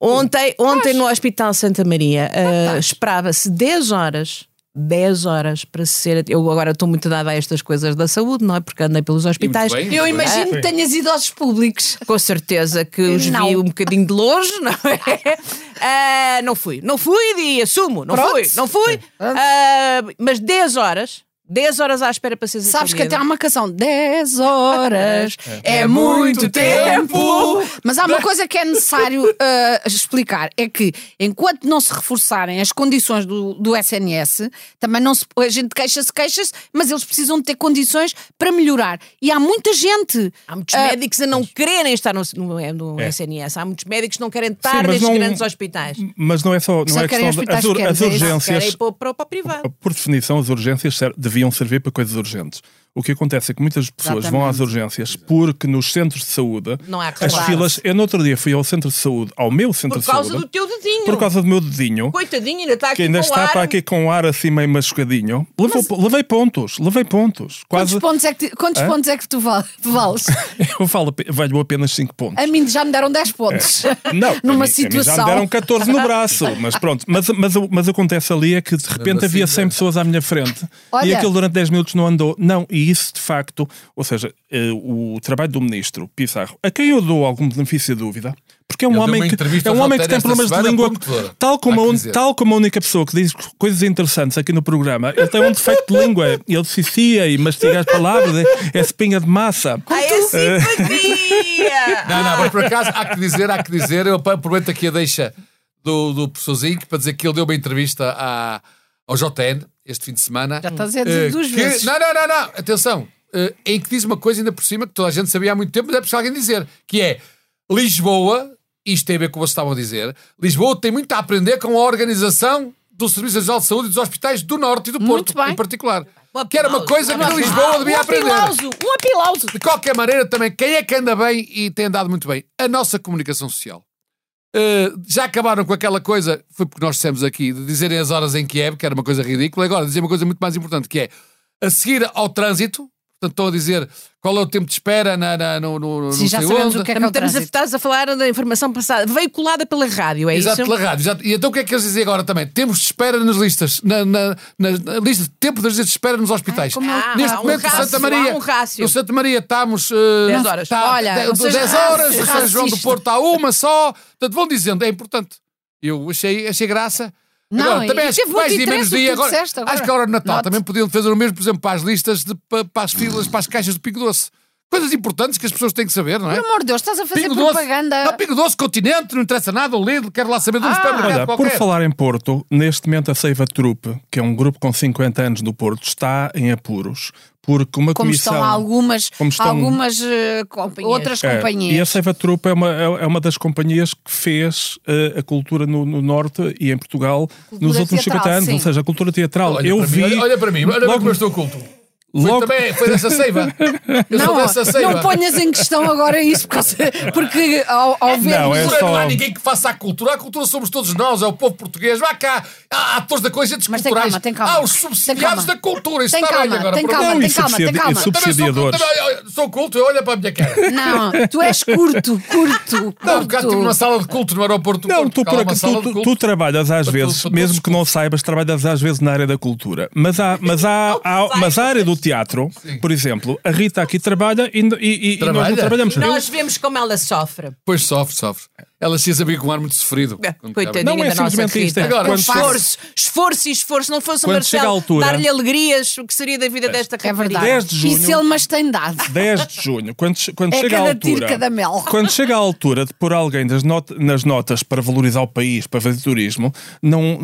[SPEAKER 2] Ontem, ontem no Hospital Santa Maria
[SPEAKER 1] Então
[SPEAKER 2] ah, esperava-se 10 horas. 10 horas para ser. Eu agora estou muito dada a estas coisas da saúde, não é? Porque andei pelos hospitais.
[SPEAKER 4] bem.
[SPEAKER 1] Eu imagino que tenhas idosos públicos.
[SPEAKER 2] Com certeza que os vi
[SPEAKER 1] Não.
[SPEAKER 2] um bocadinho de longe, não é? Ah, não fui. Não fui e assumo. Não
[SPEAKER 1] Pronto.
[SPEAKER 2] fui. Não fui. Ah, mas 10 horas. 10 horas à espera para ser
[SPEAKER 1] Sabes que até
[SPEAKER 2] atendida.
[SPEAKER 1] há uma canção, 10 horas é,
[SPEAKER 4] É muito
[SPEAKER 1] muito
[SPEAKER 4] tempo.
[SPEAKER 1] tempo. Mas há uma coisa que é necessário eh, explicar: é que enquanto não se reforçarem as condições do, do SNS, também não se, a gente queixa-se, queixa-se, mas eles precisam de ter condições para melhorar. E há muita gente.
[SPEAKER 2] Há muitos médicos a não quererem estar no, no- no
[SPEAKER 3] É.
[SPEAKER 2] SNS. Há muitos médicos que não querem
[SPEAKER 3] Sim,
[SPEAKER 2] estar
[SPEAKER 3] mas
[SPEAKER 2] nestes
[SPEAKER 3] não-
[SPEAKER 2] grandes hospitais.
[SPEAKER 3] Mas não é só. Não
[SPEAKER 1] Só
[SPEAKER 3] é
[SPEAKER 1] querem
[SPEAKER 3] questão
[SPEAKER 1] os
[SPEAKER 3] de,
[SPEAKER 1] hospitais
[SPEAKER 3] as, ur-
[SPEAKER 1] pequenos,
[SPEAKER 3] as
[SPEAKER 1] é isso?
[SPEAKER 2] Querem
[SPEAKER 3] urgências.
[SPEAKER 2] ir para, o- para o privado.
[SPEAKER 3] Por definição, as urgências ser- deviam servir para coisas urgentes. O que acontece é que muitas pessoas vão às urgências porque nos centros de saúde
[SPEAKER 2] Não há
[SPEAKER 3] as
[SPEAKER 2] claro.
[SPEAKER 3] filas. Eu no outro dia fui ao centro de saúde, ao meu centro
[SPEAKER 2] Por
[SPEAKER 3] de
[SPEAKER 2] causa
[SPEAKER 3] saúde,
[SPEAKER 2] do teu dedinho.
[SPEAKER 3] por causa do meu dedinho,
[SPEAKER 2] Coitadinho, ainda está aqui
[SPEAKER 3] que ainda
[SPEAKER 2] com
[SPEAKER 3] está
[SPEAKER 2] ar.
[SPEAKER 3] para aqui com o ar assim meio machucadinho. Levou- Levei pontos, levei pontos.
[SPEAKER 1] Quantos,
[SPEAKER 3] Quase.
[SPEAKER 1] pontos é que, ti- quantos pontos é que tu val- vales?
[SPEAKER 3] Eu falo, valho apenas 5 pontos.
[SPEAKER 1] A mim já me deram 10 pontos.
[SPEAKER 3] Não, a mim- a
[SPEAKER 1] Numa
[SPEAKER 3] mim
[SPEAKER 1] situação.
[SPEAKER 3] já me deram 14 no braço, mas pronto. Mas, mas, o- mas acontece ali é que de repente
[SPEAKER 4] assim,
[SPEAKER 3] havia 100
[SPEAKER 4] né?
[SPEAKER 3] pessoas à minha frente e
[SPEAKER 1] Olha.
[SPEAKER 3] aquilo durante 10 minutos não andou. Não, e E isso, de facto, ou seja, eh, o trabalho do ministro Pizarro, a quem eu dou algum benefício de dúvida, porque é um
[SPEAKER 4] Eu dei uma
[SPEAKER 3] homem que,
[SPEAKER 4] entrevista
[SPEAKER 3] é um
[SPEAKER 4] ao
[SPEAKER 3] homem que tem
[SPEAKER 4] Walter esta
[SPEAKER 3] problemas de
[SPEAKER 4] semana,
[SPEAKER 3] língua.
[SPEAKER 4] ponto todo.
[SPEAKER 3] Tal como,
[SPEAKER 4] Há que
[SPEAKER 3] a, un-
[SPEAKER 4] dizer.
[SPEAKER 3] tal como a única pessoa que diz coisas interessantes aqui no programa, ele tem um defeito de língua. Ele cicia e mastiga as palavras, é espinha de massa.
[SPEAKER 2] Ai, é simpatia!
[SPEAKER 4] Não, não, mas por acaso há que dizer, há que dizer. Eu aproveito aqui a deixa do, do professor Zinc para dizer que ele deu uma entrevista à, ao JN este fim de semana.
[SPEAKER 1] Já estás a dizer
[SPEAKER 4] Eh,
[SPEAKER 1] é duas
[SPEAKER 4] que-
[SPEAKER 1] vezes.
[SPEAKER 4] Não, não, não, não. Atenção. Eh, em que diz uma coisa ainda por cima que toda a gente sabia há muito tempo, mas é preciso alguém dizer, que é Lisboa, isto tem a ver com o que vocês estavam a dizer, Lisboa tem muito a aprender com a organização do Serviço Nacional de Saúde e dos hospitais do Norte e do
[SPEAKER 1] Muito
[SPEAKER 4] Porto,
[SPEAKER 1] bem.
[SPEAKER 4] em particular. Que era uma coisa que
[SPEAKER 1] aplauso.
[SPEAKER 4] Lisboa devia
[SPEAKER 2] um
[SPEAKER 4] aprender.
[SPEAKER 2] aplauso, um aplauso.
[SPEAKER 4] De qualquer maneira, também, quem é que anda bem e tem andado muito bem? A nossa comunicação social. Uh, já acabaram com aquela coisa, foi porque nós dissemos aqui, de dizerem as horas em que é, que era uma coisa ridícula, agora dizem uma coisa muito mais importante, que é a seguir ao trânsito, portanto estão a dizer qual é o tempo de espera na, na- no, no, no
[SPEAKER 1] Sim, já
[SPEAKER 4] não sei
[SPEAKER 1] sabemos
[SPEAKER 4] onde.
[SPEAKER 1] o que é que é
[SPEAKER 2] Também
[SPEAKER 1] o
[SPEAKER 2] estamos a,
[SPEAKER 1] trânsito.
[SPEAKER 2] estás a falar da informação passada, veiculada pela rádio, é
[SPEAKER 4] Exato,
[SPEAKER 2] isso?
[SPEAKER 4] pela rádio. Exato. E então o que é que eles dizem agora também? Temos de espera nas listas, na, na- na- na lista de tempo das listas de espera nos hospitais.
[SPEAKER 1] como é
[SPEAKER 2] o-
[SPEAKER 4] Neste
[SPEAKER 2] Ah, há um
[SPEAKER 4] momento,
[SPEAKER 2] rácio,
[SPEAKER 4] o Santa Maria.
[SPEAKER 2] há um rácio.
[SPEAKER 4] No Santa Maria estamos. Uh,
[SPEAKER 2] 10 horas.
[SPEAKER 4] Tá,
[SPEAKER 1] Olha,
[SPEAKER 4] de-
[SPEAKER 1] não sejas
[SPEAKER 4] 10 horas,
[SPEAKER 1] racista.
[SPEAKER 4] São João do Porto há uma só. Portanto, vão dizendo, é importante. Eu achei, achei graça.
[SPEAKER 1] Não, e
[SPEAKER 4] também acho
[SPEAKER 1] teve
[SPEAKER 4] que
[SPEAKER 1] muito
[SPEAKER 4] mais dia menos
[SPEAKER 1] interesse o que
[SPEAKER 4] dia
[SPEAKER 1] tu
[SPEAKER 4] agora.
[SPEAKER 1] disseste agora.
[SPEAKER 4] Acho que a hora de Natal
[SPEAKER 1] Note.
[SPEAKER 4] também podiam fazer o mesmo, por exemplo, para as listas, de- pa- para, as filas, para as caixas do Pico Doce. Coisas importantes que as pessoas têm que saber, não é?
[SPEAKER 1] Pelo amor de Deus, estás a fazer
[SPEAKER 4] Pingo Doce.
[SPEAKER 1] propaganda. Ah.
[SPEAKER 4] Não, Pingo Doce, Continente, não interessa nada, o Lidl, quero lá saber de um supermercado
[SPEAKER 3] Olha, por
[SPEAKER 4] qualquer.
[SPEAKER 3] falar em Porto, neste momento a Seiva Trupe, que é um grupo com 50 anos do Porto, está em apuros. Porque uma
[SPEAKER 1] como
[SPEAKER 3] comissão.
[SPEAKER 1] estão algumas,
[SPEAKER 3] como estão-
[SPEAKER 1] algumas eh, outras
[SPEAKER 3] É, E a
[SPEAKER 1] companhias.
[SPEAKER 3] Seiva Trupe é uma, é é uma das companhias que fez eh, a cultura no, no Norte e em Portugal nos últimos 50
[SPEAKER 1] teatral,
[SPEAKER 3] anos,
[SPEAKER 1] sim.
[SPEAKER 3] ou seja, a cultura teatral.
[SPEAKER 4] Olha
[SPEAKER 3] eu
[SPEAKER 4] para
[SPEAKER 3] vi.
[SPEAKER 4] Mim, olha, olha para mim, olha
[SPEAKER 3] logo-
[SPEAKER 4] como eu estou culto. Foi,
[SPEAKER 3] Logo-
[SPEAKER 4] também, foi dessa seiva. Eu
[SPEAKER 1] Não,
[SPEAKER 4] sou dessa seiva.
[SPEAKER 1] não ponhas em questão agora isso, porque, porque ao, ao ver.
[SPEAKER 3] Não, é
[SPEAKER 4] Cultura,
[SPEAKER 3] só-
[SPEAKER 4] Não há ninguém que faça a cultura. A cultura somos todos nós, é o povo português. Vá cá, há atores da coisa, agentes
[SPEAKER 1] Mas tem
[SPEAKER 4] culturais.
[SPEAKER 1] calma, tem calma.
[SPEAKER 4] Há os
[SPEAKER 1] Tem
[SPEAKER 4] subsidiados
[SPEAKER 1] calma.
[SPEAKER 4] da cultura. Isso
[SPEAKER 1] Tem
[SPEAKER 4] está bem
[SPEAKER 1] calma,
[SPEAKER 4] agora.
[SPEAKER 1] tem
[SPEAKER 4] por
[SPEAKER 1] calma,
[SPEAKER 4] favor.
[SPEAKER 1] tem calma, tem
[SPEAKER 3] subsidi-
[SPEAKER 1] calma.
[SPEAKER 3] e
[SPEAKER 4] Também sou culto,
[SPEAKER 3] subsidiadores.
[SPEAKER 4] também, eu sou culto, eu olho para a minha cara. um
[SPEAKER 1] Não, tu és curto, curto, curto. É
[SPEAKER 4] Não, cá tive uma sala de culto no aeroporto. do
[SPEAKER 3] Não,
[SPEAKER 4] Porto.
[SPEAKER 3] tu,
[SPEAKER 4] Cá
[SPEAKER 3] por
[SPEAKER 4] há uma
[SPEAKER 3] acaso,
[SPEAKER 4] sala
[SPEAKER 3] tu,
[SPEAKER 4] de
[SPEAKER 3] tu-
[SPEAKER 4] culto.
[SPEAKER 3] tu trabalhas às
[SPEAKER 4] Para
[SPEAKER 3] vezes,
[SPEAKER 4] todos- para
[SPEAKER 3] mesmo que não saibas, trabalhas às vezes na área da cultura. Mas há, mas há, há- mas a área do teatro, por exemplo, a Rita aqui trabalha e, e- e nós
[SPEAKER 4] Trabalha?
[SPEAKER 3] não trabalhamos. Eu-
[SPEAKER 2] Nós vemos como ela sofre.
[SPEAKER 4] Pois sofre, sofre. Ela se sabia com um ar muito sofrido. Quando
[SPEAKER 2] Coitadinha
[SPEAKER 3] Não é
[SPEAKER 2] da nossa
[SPEAKER 3] simplesmente
[SPEAKER 2] Rita.
[SPEAKER 3] isto, é
[SPEAKER 4] Agora, quando
[SPEAKER 2] esforço, esforço e esforço. Não fosse o
[SPEAKER 3] Quando chega a
[SPEAKER 2] Marcelo
[SPEAKER 3] altura-
[SPEAKER 2] dar-lhe alegrias, o que seria da vida desta
[SPEAKER 1] É
[SPEAKER 2] rapariga?
[SPEAKER 1] verdade.
[SPEAKER 3] 10 de junho-
[SPEAKER 1] Isso ele mas tem dado.
[SPEAKER 3] 10 de junho, quando, che- quando
[SPEAKER 1] É
[SPEAKER 3] chega à
[SPEAKER 1] cada
[SPEAKER 3] altura.
[SPEAKER 1] tiro, cada mel.
[SPEAKER 3] Quando chega à altura de pôr alguém das not- nas notas para valorizar o país, para fazer turismo, não,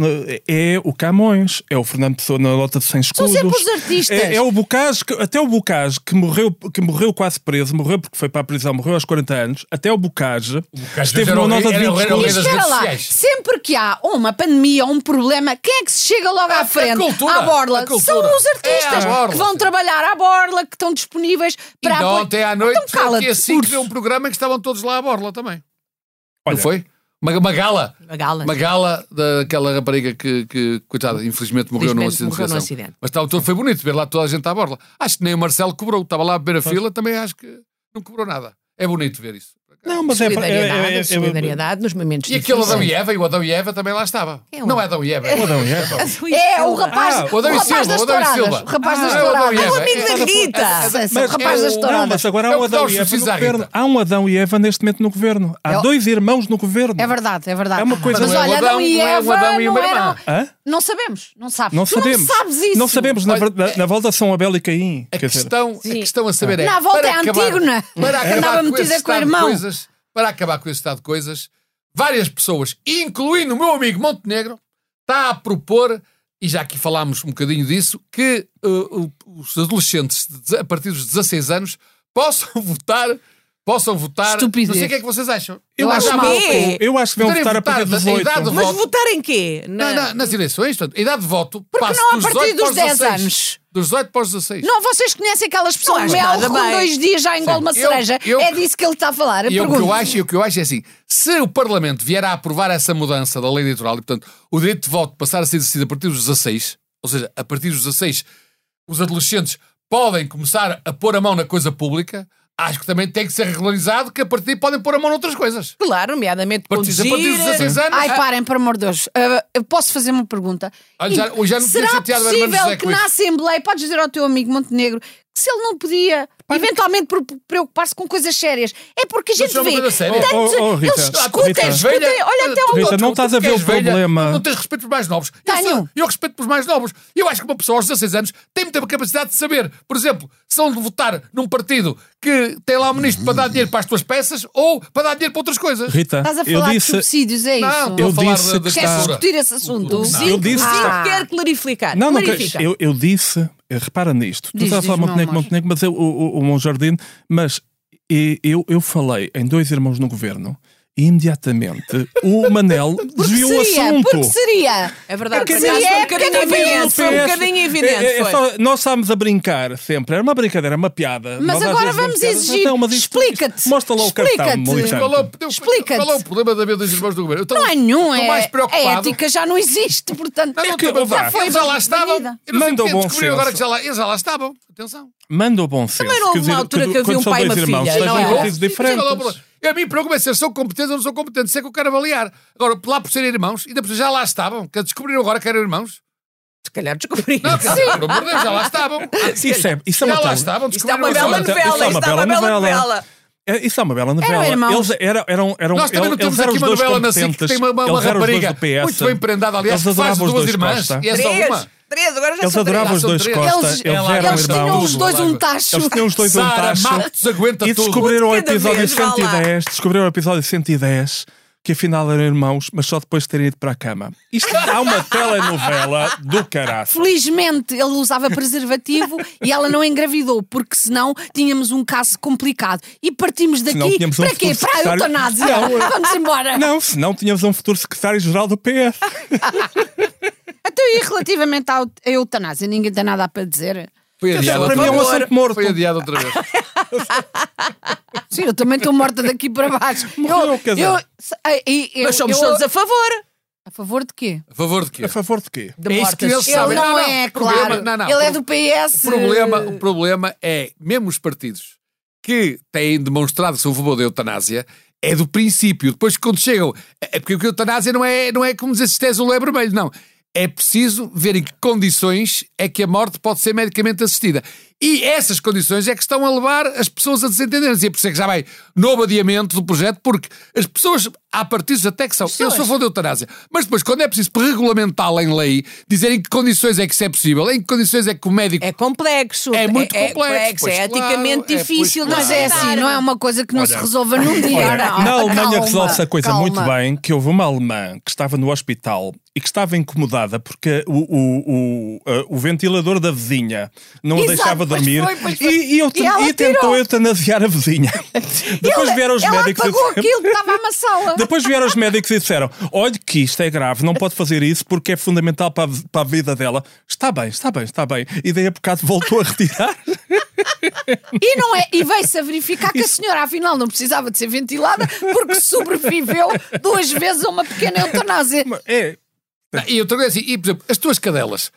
[SPEAKER 3] é o Camões, é o Fernando Pessoa na nota de 100 escudos.
[SPEAKER 1] sempre os artistas.
[SPEAKER 3] É, é o Bocage, que- até o Bocage, que morreu, que morreu quase preso, morreu porque foi para a prisão, morreu aos 40 anos, até o Bocage, esteve
[SPEAKER 4] era
[SPEAKER 3] numa
[SPEAKER 4] o rei-
[SPEAKER 3] nota de
[SPEAKER 4] era o
[SPEAKER 3] 20
[SPEAKER 4] rei- era o rei
[SPEAKER 3] escudos.
[SPEAKER 1] Mas
[SPEAKER 4] é das
[SPEAKER 1] espera
[SPEAKER 4] redes
[SPEAKER 1] lá,
[SPEAKER 4] sociais.
[SPEAKER 1] sempre que há uma pandemia ou um problema, quem é que se chega logo à frente?
[SPEAKER 4] cultura, É
[SPEAKER 1] à borla.
[SPEAKER 4] a cultura.
[SPEAKER 1] São os artistas
[SPEAKER 4] É à borla,
[SPEAKER 1] que vão
[SPEAKER 4] sim.
[SPEAKER 1] trabalhar à borla, que estão disponíveis para
[SPEAKER 4] Ainda
[SPEAKER 1] apoio.
[SPEAKER 4] ontem à noite,
[SPEAKER 1] Então cala-te.
[SPEAKER 4] aqui assim, criou um programa em que estavam todos lá à borla também.
[SPEAKER 3] Olha,
[SPEAKER 4] Não foi? Uma, uma gala.
[SPEAKER 2] Magala.
[SPEAKER 4] Uma gala daquela rapariga que, que, coitada, infelizmente morreu num
[SPEAKER 2] Infelizmente
[SPEAKER 4] acidente. de
[SPEAKER 2] morreu num
[SPEAKER 4] aviação.
[SPEAKER 2] acidente.
[SPEAKER 4] Mas estava, todo- foi bonito ver lá toda a gente à borla. Acho que nem o Marcelo cobrou, estava lá a beber a fila, também acho que não cobrou nada. É bonito ver isso.
[SPEAKER 3] Não, mas é, é,
[SPEAKER 2] Solidariedade,
[SPEAKER 3] é- é-
[SPEAKER 2] solidariedade nos momentos
[SPEAKER 4] E aquele Adão
[SPEAKER 2] difíceis.
[SPEAKER 4] e Eva, e o Adão e Eva também lá estava.
[SPEAKER 2] Quem é o-
[SPEAKER 4] Não é Adão e Eva.
[SPEAKER 3] é- Adão e Eva.
[SPEAKER 1] É, o rapaz,
[SPEAKER 3] Ah,
[SPEAKER 1] o
[SPEAKER 4] o Adão e
[SPEAKER 1] rapaz
[SPEAKER 4] Silva,
[SPEAKER 1] das
[SPEAKER 4] o Adão e
[SPEAKER 1] touradas.
[SPEAKER 4] Silva.
[SPEAKER 1] O rapaz das
[SPEAKER 4] Ah, é o Adão e
[SPEAKER 1] touradas.
[SPEAKER 4] Eva.
[SPEAKER 2] O amigo da Rita.
[SPEAKER 1] Sim, sim, o rapaz
[SPEAKER 4] é
[SPEAKER 1] das
[SPEAKER 4] o-
[SPEAKER 3] Não,
[SPEAKER 1] touradas.
[SPEAKER 3] mas agora há
[SPEAKER 4] É o
[SPEAKER 3] um
[SPEAKER 4] que dá
[SPEAKER 3] Adão
[SPEAKER 4] os
[SPEAKER 3] e Eva no
[SPEAKER 4] subsídios à Rita.
[SPEAKER 3] governo. Há um Adão e Eva neste momento no governo. Há
[SPEAKER 1] É o-
[SPEAKER 3] dois irmãos no governo.
[SPEAKER 1] É verdade, é verdade.
[SPEAKER 3] É uma coisa-
[SPEAKER 1] mas
[SPEAKER 4] Não é um
[SPEAKER 1] olha, Adão
[SPEAKER 4] Adão,
[SPEAKER 1] e
[SPEAKER 4] não é um
[SPEAKER 1] Eva
[SPEAKER 4] Adão e uma
[SPEAKER 1] não
[SPEAKER 4] irmã.
[SPEAKER 1] eram...
[SPEAKER 3] Hã?
[SPEAKER 1] Não sabemos, não sabes.
[SPEAKER 3] Não
[SPEAKER 1] Tu
[SPEAKER 3] sabemos.
[SPEAKER 1] Não sabes isso.
[SPEAKER 3] Não sabemos. Na,
[SPEAKER 4] Olha, é-
[SPEAKER 3] verdade, na volta são Abel e Caim.
[SPEAKER 4] A
[SPEAKER 3] Quer dizer,
[SPEAKER 4] questão, a questão a saber é.
[SPEAKER 1] Não, a volta
[SPEAKER 4] para
[SPEAKER 1] é a
[SPEAKER 4] acabar-
[SPEAKER 1] Antígona,
[SPEAKER 4] Para
[SPEAKER 1] que
[SPEAKER 4] acabar
[SPEAKER 1] andava metida
[SPEAKER 4] esse
[SPEAKER 1] com o
[SPEAKER 4] estado de
[SPEAKER 1] irmão.
[SPEAKER 4] Coisas, para acabar com esse estado de coisas, várias pessoas, incluindo o meu amigo Montenegro, está a propor, e já aqui falámos um bocadinho disso, que uh, o- os adolescentes de deze- a partir dos 16 anos possam votar. Possam votar.
[SPEAKER 1] Estupidez.
[SPEAKER 4] Não sei o que é que vocês acham.
[SPEAKER 1] Eu acho é.
[SPEAKER 4] já
[SPEAKER 1] mal.
[SPEAKER 4] vou-
[SPEAKER 2] Quê?
[SPEAKER 3] eu acho que vão
[SPEAKER 4] Poderem
[SPEAKER 3] votar a partir
[SPEAKER 4] votar
[SPEAKER 3] dos
[SPEAKER 4] da
[SPEAKER 3] 18.
[SPEAKER 4] idade do
[SPEAKER 2] Mas
[SPEAKER 4] voto.
[SPEAKER 2] votar em quê? Na-
[SPEAKER 4] Não, não, nas eleições, portanto, a idade de voto passa
[SPEAKER 1] não a
[SPEAKER 4] dos
[SPEAKER 1] partir
[SPEAKER 4] 18
[SPEAKER 1] dos
[SPEAKER 4] para os
[SPEAKER 1] 10
[SPEAKER 4] 16.
[SPEAKER 1] anos?
[SPEAKER 4] Dos 18 para os 16.
[SPEAKER 1] Não, vocês conhecem aquelas
[SPEAKER 2] Não
[SPEAKER 1] pessoas
[SPEAKER 2] acho
[SPEAKER 1] mel
[SPEAKER 2] nada
[SPEAKER 1] com
[SPEAKER 2] bem.
[SPEAKER 1] dois dias já engole uma
[SPEAKER 4] Eu-
[SPEAKER 1] cereja.
[SPEAKER 4] eu-
[SPEAKER 1] É disso que ele está a falar. Eu
[SPEAKER 4] E o que eu
[SPEAKER 1] pergunto.
[SPEAKER 4] acho, e o que eu acho é assim: se o Parlamento vier a aprovar essa mudança da lei eleitoral e, portanto, o direito de voto passar a ser exercido a partir dos 16, ou seja, a partir dos 16, os adolescentes podem começar a pôr a mão na coisa pública, acho que também tem que ser regularizado que a partir podem pôr a mão noutras coisas.
[SPEAKER 2] Claro, nomeadamente
[SPEAKER 4] A partir, a partir dos
[SPEAKER 2] conduzir.
[SPEAKER 4] 16 anos.
[SPEAKER 1] Ai, parem, por amor de Deus. Ah, eu posso fazer uma pergunta?
[SPEAKER 4] Olha, Ah, já- eu já me tinha
[SPEAKER 1] Será
[SPEAKER 4] chateado, mas
[SPEAKER 1] possível
[SPEAKER 4] não sei
[SPEAKER 1] que
[SPEAKER 4] com
[SPEAKER 1] na
[SPEAKER 4] isso.
[SPEAKER 1] Assembleia, podes dizer ao teu amigo Montenegro, que se ele não podia eventualmente pre- preocupar-se com coisas sérias, é porque a gente
[SPEAKER 4] é uma
[SPEAKER 1] vê.
[SPEAKER 4] coisa séria.
[SPEAKER 1] tantos-
[SPEAKER 3] Oh, oh, oh, Rita.
[SPEAKER 1] eles
[SPEAKER 3] Rita.
[SPEAKER 1] discutem, discutem, olha até ao
[SPEAKER 3] Rita,
[SPEAKER 1] outro.
[SPEAKER 3] não estás a
[SPEAKER 4] Tu
[SPEAKER 3] ver o
[SPEAKER 4] és velha,
[SPEAKER 3] problema.
[SPEAKER 4] Não tens respeito pelos mais novos. Eu
[SPEAKER 1] Tenho.
[SPEAKER 4] sou- Eu respeito pelos mais novos. Eu acho que uma pessoa aos 16 anos tem muita capacidade de saber, por exemplo, se hão de votar num partido que tem lá um ministro para dar dinheiro para as tuas peças ou para dar dinheiro para outras coisas.
[SPEAKER 3] Rita,
[SPEAKER 1] Estás a
[SPEAKER 3] eu
[SPEAKER 1] falar de
[SPEAKER 3] disse.
[SPEAKER 1] subsídios, é
[SPEAKER 4] Não,
[SPEAKER 1] isso?
[SPEAKER 4] estou
[SPEAKER 3] Eu
[SPEAKER 4] a falar
[SPEAKER 3] disse
[SPEAKER 4] da- é
[SPEAKER 3] que
[SPEAKER 4] da
[SPEAKER 1] Queres
[SPEAKER 4] cultura.
[SPEAKER 1] discutir esse assunto?
[SPEAKER 4] Não.
[SPEAKER 3] Eu disse que
[SPEAKER 2] Isto
[SPEAKER 1] Ah.
[SPEAKER 2] quer clarificar.
[SPEAKER 3] Não, não,
[SPEAKER 2] Clarifica.
[SPEAKER 3] eu, eu disse, eh, repara nisto, tu
[SPEAKER 1] Diz,
[SPEAKER 3] estás a falar
[SPEAKER 1] diz,
[SPEAKER 3] Montenegro,
[SPEAKER 1] não,
[SPEAKER 3] Montenegro, mas eu, o, o, o Monjardim, mas e- eu, eu falei em dois irmãos no governo e imediatamente o Manel desviou o
[SPEAKER 1] seria,
[SPEAKER 3] assunto.
[SPEAKER 1] porque seria.
[SPEAKER 2] É verdade,
[SPEAKER 1] Porque
[SPEAKER 2] por acaso
[SPEAKER 1] se
[SPEAKER 2] foi
[SPEAKER 1] é,
[SPEAKER 2] um
[SPEAKER 1] porque
[SPEAKER 2] bocadinho
[SPEAKER 1] não vem
[SPEAKER 2] evidente, foi um
[SPEAKER 1] no PS.
[SPEAKER 2] bocadinho
[SPEAKER 3] É-
[SPEAKER 2] evidente.
[SPEAKER 3] é- é
[SPEAKER 2] foi.
[SPEAKER 3] só- nós estávamos a brincar sempre, era uma brincadeira, era uma piada.
[SPEAKER 1] Mas
[SPEAKER 3] Nós às
[SPEAKER 1] agora
[SPEAKER 3] vezes
[SPEAKER 1] vamos
[SPEAKER 3] brincamos,
[SPEAKER 1] exigir-
[SPEAKER 3] "Então, mas isto-
[SPEAKER 1] explica-te,
[SPEAKER 3] Mostra lá o cartão,
[SPEAKER 1] explica-te."
[SPEAKER 3] militante.
[SPEAKER 4] Qual é, o-
[SPEAKER 1] Explica-te.
[SPEAKER 4] qual é o problema da vida dos irmãos do governo? Eu estou-
[SPEAKER 1] Não é nenhum,
[SPEAKER 4] estou
[SPEAKER 1] é,
[SPEAKER 4] mais
[SPEAKER 1] a
[SPEAKER 4] preocupado.
[SPEAKER 1] ética já não é existe, portanto.
[SPEAKER 4] Não, não,
[SPEAKER 3] É que-
[SPEAKER 4] estou-
[SPEAKER 3] vá.
[SPEAKER 4] já foi, eles já lá estavam. Eu não sei
[SPEAKER 3] Manda o
[SPEAKER 4] porque
[SPEAKER 3] bom
[SPEAKER 4] descobriram agora
[SPEAKER 3] senso.
[SPEAKER 4] que já lá, eles já lá estavam. Atenção.
[SPEAKER 3] Manda o bom senso.
[SPEAKER 2] não houve
[SPEAKER 3] quer dizer,
[SPEAKER 2] uma altura
[SPEAKER 3] quando-
[SPEAKER 2] que havia
[SPEAKER 3] quando
[SPEAKER 2] um
[SPEAKER 3] são
[SPEAKER 2] pai e
[SPEAKER 3] dois
[SPEAKER 2] uma
[SPEAKER 3] irmãos,
[SPEAKER 2] filha,
[SPEAKER 3] sejam
[SPEAKER 2] não é?
[SPEAKER 3] partidos
[SPEAKER 4] Mas qual é o
[SPEAKER 3] diferentes.
[SPEAKER 4] problema? A mim preocupa se eles são competentes ou não são competentes. Se é que eu quero avaliar. Agora, lá por serem irmãos, ainda por cima já lá estavam. Que descobriram agora que eram irmãos.
[SPEAKER 2] Se calhar descobri. é
[SPEAKER 4] Não, quer dizer, pelo amor de Deus, já lá estavam.
[SPEAKER 3] Isso é, isso é uma
[SPEAKER 4] já lá
[SPEAKER 3] tal-
[SPEAKER 4] estavam.
[SPEAKER 2] Isto é
[SPEAKER 4] Descobriram
[SPEAKER 2] uma bela
[SPEAKER 4] agora.
[SPEAKER 3] Isto é
[SPEAKER 2] novela,
[SPEAKER 3] uma
[SPEAKER 2] isto é
[SPEAKER 3] bela
[SPEAKER 2] uma bela
[SPEAKER 3] novela.
[SPEAKER 2] novela.
[SPEAKER 3] É, isso é uma bela novela.
[SPEAKER 1] irmãos.
[SPEAKER 3] Eles eram, eram, eram,
[SPEAKER 4] Nós também não
[SPEAKER 3] eles
[SPEAKER 4] temos
[SPEAKER 3] eram
[SPEAKER 4] aqui
[SPEAKER 3] os
[SPEAKER 4] uma
[SPEAKER 3] dois
[SPEAKER 4] novela na SIC
[SPEAKER 3] competentes.
[SPEAKER 4] que tem uma, uma,
[SPEAKER 3] eles
[SPEAKER 4] uma
[SPEAKER 3] eram os dois
[SPEAKER 4] rapariga
[SPEAKER 3] do PS.
[SPEAKER 4] muito bem prendada, aliás, que
[SPEAKER 3] eles
[SPEAKER 4] faz de
[SPEAKER 3] adoravam os
[SPEAKER 4] duas
[SPEAKER 3] dois
[SPEAKER 4] irmãs
[SPEAKER 3] Costa.
[SPEAKER 4] e é só
[SPEAKER 2] Três,
[SPEAKER 4] uma.
[SPEAKER 2] três, agora já
[SPEAKER 3] Eles
[SPEAKER 2] são três.
[SPEAKER 3] adoravam os
[SPEAKER 4] são
[SPEAKER 3] dois
[SPEAKER 4] três.
[SPEAKER 3] Costa.
[SPEAKER 1] Eles-
[SPEAKER 3] Eles
[SPEAKER 4] ela-
[SPEAKER 3] eram
[SPEAKER 1] Eles tinham os
[SPEAKER 3] irmãos.
[SPEAKER 1] dois um tacho.
[SPEAKER 3] Eles tinham os dois um
[SPEAKER 4] Sara
[SPEAKER 3] tacho.
[SPEAKER 4] Matos aguenta
[SPEAKER 3] E
[SPEAKER 4] tudo.
[SPEAKER 3] descobriram o
[SPEAKER 2] Um de cada
[SPEAKER 3] episódio
[SPEAKER 2] vez, vá lá.
[SPEAKER 3] 110, descobriram o episódio 110, que afinal eram irmãos, mas só depois de terem ido para a cama. Isto há uma telenovela do caraço.
[SPEAKER 1] Felizmente ele usava preservativo e ela não engravidou, porque senão tínhamos um caso complicado. E partimos
[SPEAKER 3] Senão
[SPEAKER 1] daqui
[SPEAKER 3] tínhamos um
[SPEAKER 1] para quê?
[SPEAKER 3] futuro
[SPEAKER 1] Para a
[SPEAKER 3] secretário-
[SPEAKER 1] eutanásia.
[SPEAKER 3] Não.
[SPEAKER 1] Vamos embora.
[SPEAKER 3] Não, senão tínhamos um futuro secretário-geral do PS.
[SPEAKER 1] Então, e relativamente à eut- à eutanásia, ninguém tem nada para dizer.
[SPEAKER 4] Foi adiado
[SPEAKER 3] Para mim é
[SPEAKER 4] outra
[SPEAKER 3] um
[SPEAKER 4] vez.
[SPEAKER 3] assunto morto.
[SPEAKER 4] Foi adiado outra vez.
[SPEAKER 1] Sim, eu também estou morta daqui para baixo.
[SPEAKER 3] Morreu, quer dizer.
[SPEAKER 1] se- eh, e- eu-
[SPEAKER 2] Mas somos
[SPEAKER 1] eu-
[SPEAKER 2] todos a favor.
[SPEAKER 1] a favor de quê?
[SPEAKER 4] A favor de quê?
[SPEAKER 3] A favor de quê?
[SPEAKER 2] De
[SPEAKER 4] É isso que
[SPEAKER 2] mortes.
[SPEAKER 4] eles
[SPEAKER 1] Ele
[SPEAKER 4] sabem.
[SPEAKER 1] não,
[SPEAKER 4] Não, não,
[SPEAKER 1] é,
[SPEAKER 4] o problema-
[SPEAKER 1] claro.
[SPEAKER 4] não, não,
[SPEAKER 1] ele é
[SPEAKER 4] o-
[SPEAKER 1] do PS.
[SPEAKER 4] O problema, o problema é, mesmo os partidos que têm demonstrado que são a favor da eutanásia, é do princípio. Depois, quando chegam. É é porque a eutanásia não é, não é como dizer se tens o lé vermelho, não. É preciso ver em que condições é que a morte pode ser medicamente assistida. E essas condições é que estão a levar as pessoas a desentenderem-se. E é por isso é que já vai novo adiamento do projeto, porque as pessoas, há partidos até que são. Eu sou a favor da eutanásia. Mas depois, quando é preciso regulamentá-la em lei, dizer em que condições é que isso é possível, em que conções é que o médico
[SPEAKER 2] É complexo.
[SPEAKER 4] É muito complexo, pois
[SPEAKER 2] é eticamente
[SPEAKER 4] claro, é,
[SPEAKER 2] difícil.
[SPEAKER 4] pois
[SPEAKER 2] de
[SPEAKER 1] Mas é
[SPEAKER 2] aceitar.
[SPEAKER 1] assim, não é uma coisa que não se
[SPEAKER 3] Olha,
[SPEAKER 1] resolva num dia.
[SPEAKER 3] Olha,
[SPEAKER 1] não.
[SPEAKER 3] na Alemanha
[SPEAKER 1] Ah, Calma,
[SPEAKER 3] resolve-se a coisa
[SPEAKER 1] calma.
[SPEAKER 3] muito bem que houve uma alemã que estava no hospital e que estava incomodada porque o, o, o, ah, o ventilador da vizinha não a
[SPEAKER 1] Exato,
[SPEAKER 3] deixava
[SPEAKER 1] pois
[SPEAKER 3] dormir
[SPEAKER 1] foi, pois foi.
[SPEAKER 3] E, e eu-
[SPEAKER 1] E ela
[SPEAKER 3] e tentou
[SPEAKER 1] tirou.
[SPEAKER 3] eutanasiar a vizinha. Depois
[SPEAKER 1] Ele-
[SPEAKER 3] vieram os
[SPEAKER 1] ela
[SPEAKER 3] médicos e
[SPEAKER 1] apagou
[SPEAKER 3] disseram,
[SPEAKER 1] aquilo que estava amassá-la.
[SPEAKER 3] depois vieram os médicos e disseram: olha que isto é grave, não pode fazer isso porque é fundamental para a, para a vida dela. Está bem, está bem, está bem. E daí a bocado voltou a retirar.
[SPEAKER 1] E, não é, e veio-se a verificar que a senhora, afinal, não precisava de ser ventilada porque sobreviveu duas vezes a uma pequena eutanásia.
[SPEAKER 3] É,
[SPEAKER 4] Não, E outra coisa assim, e, por exemplo, as tuas cadelas.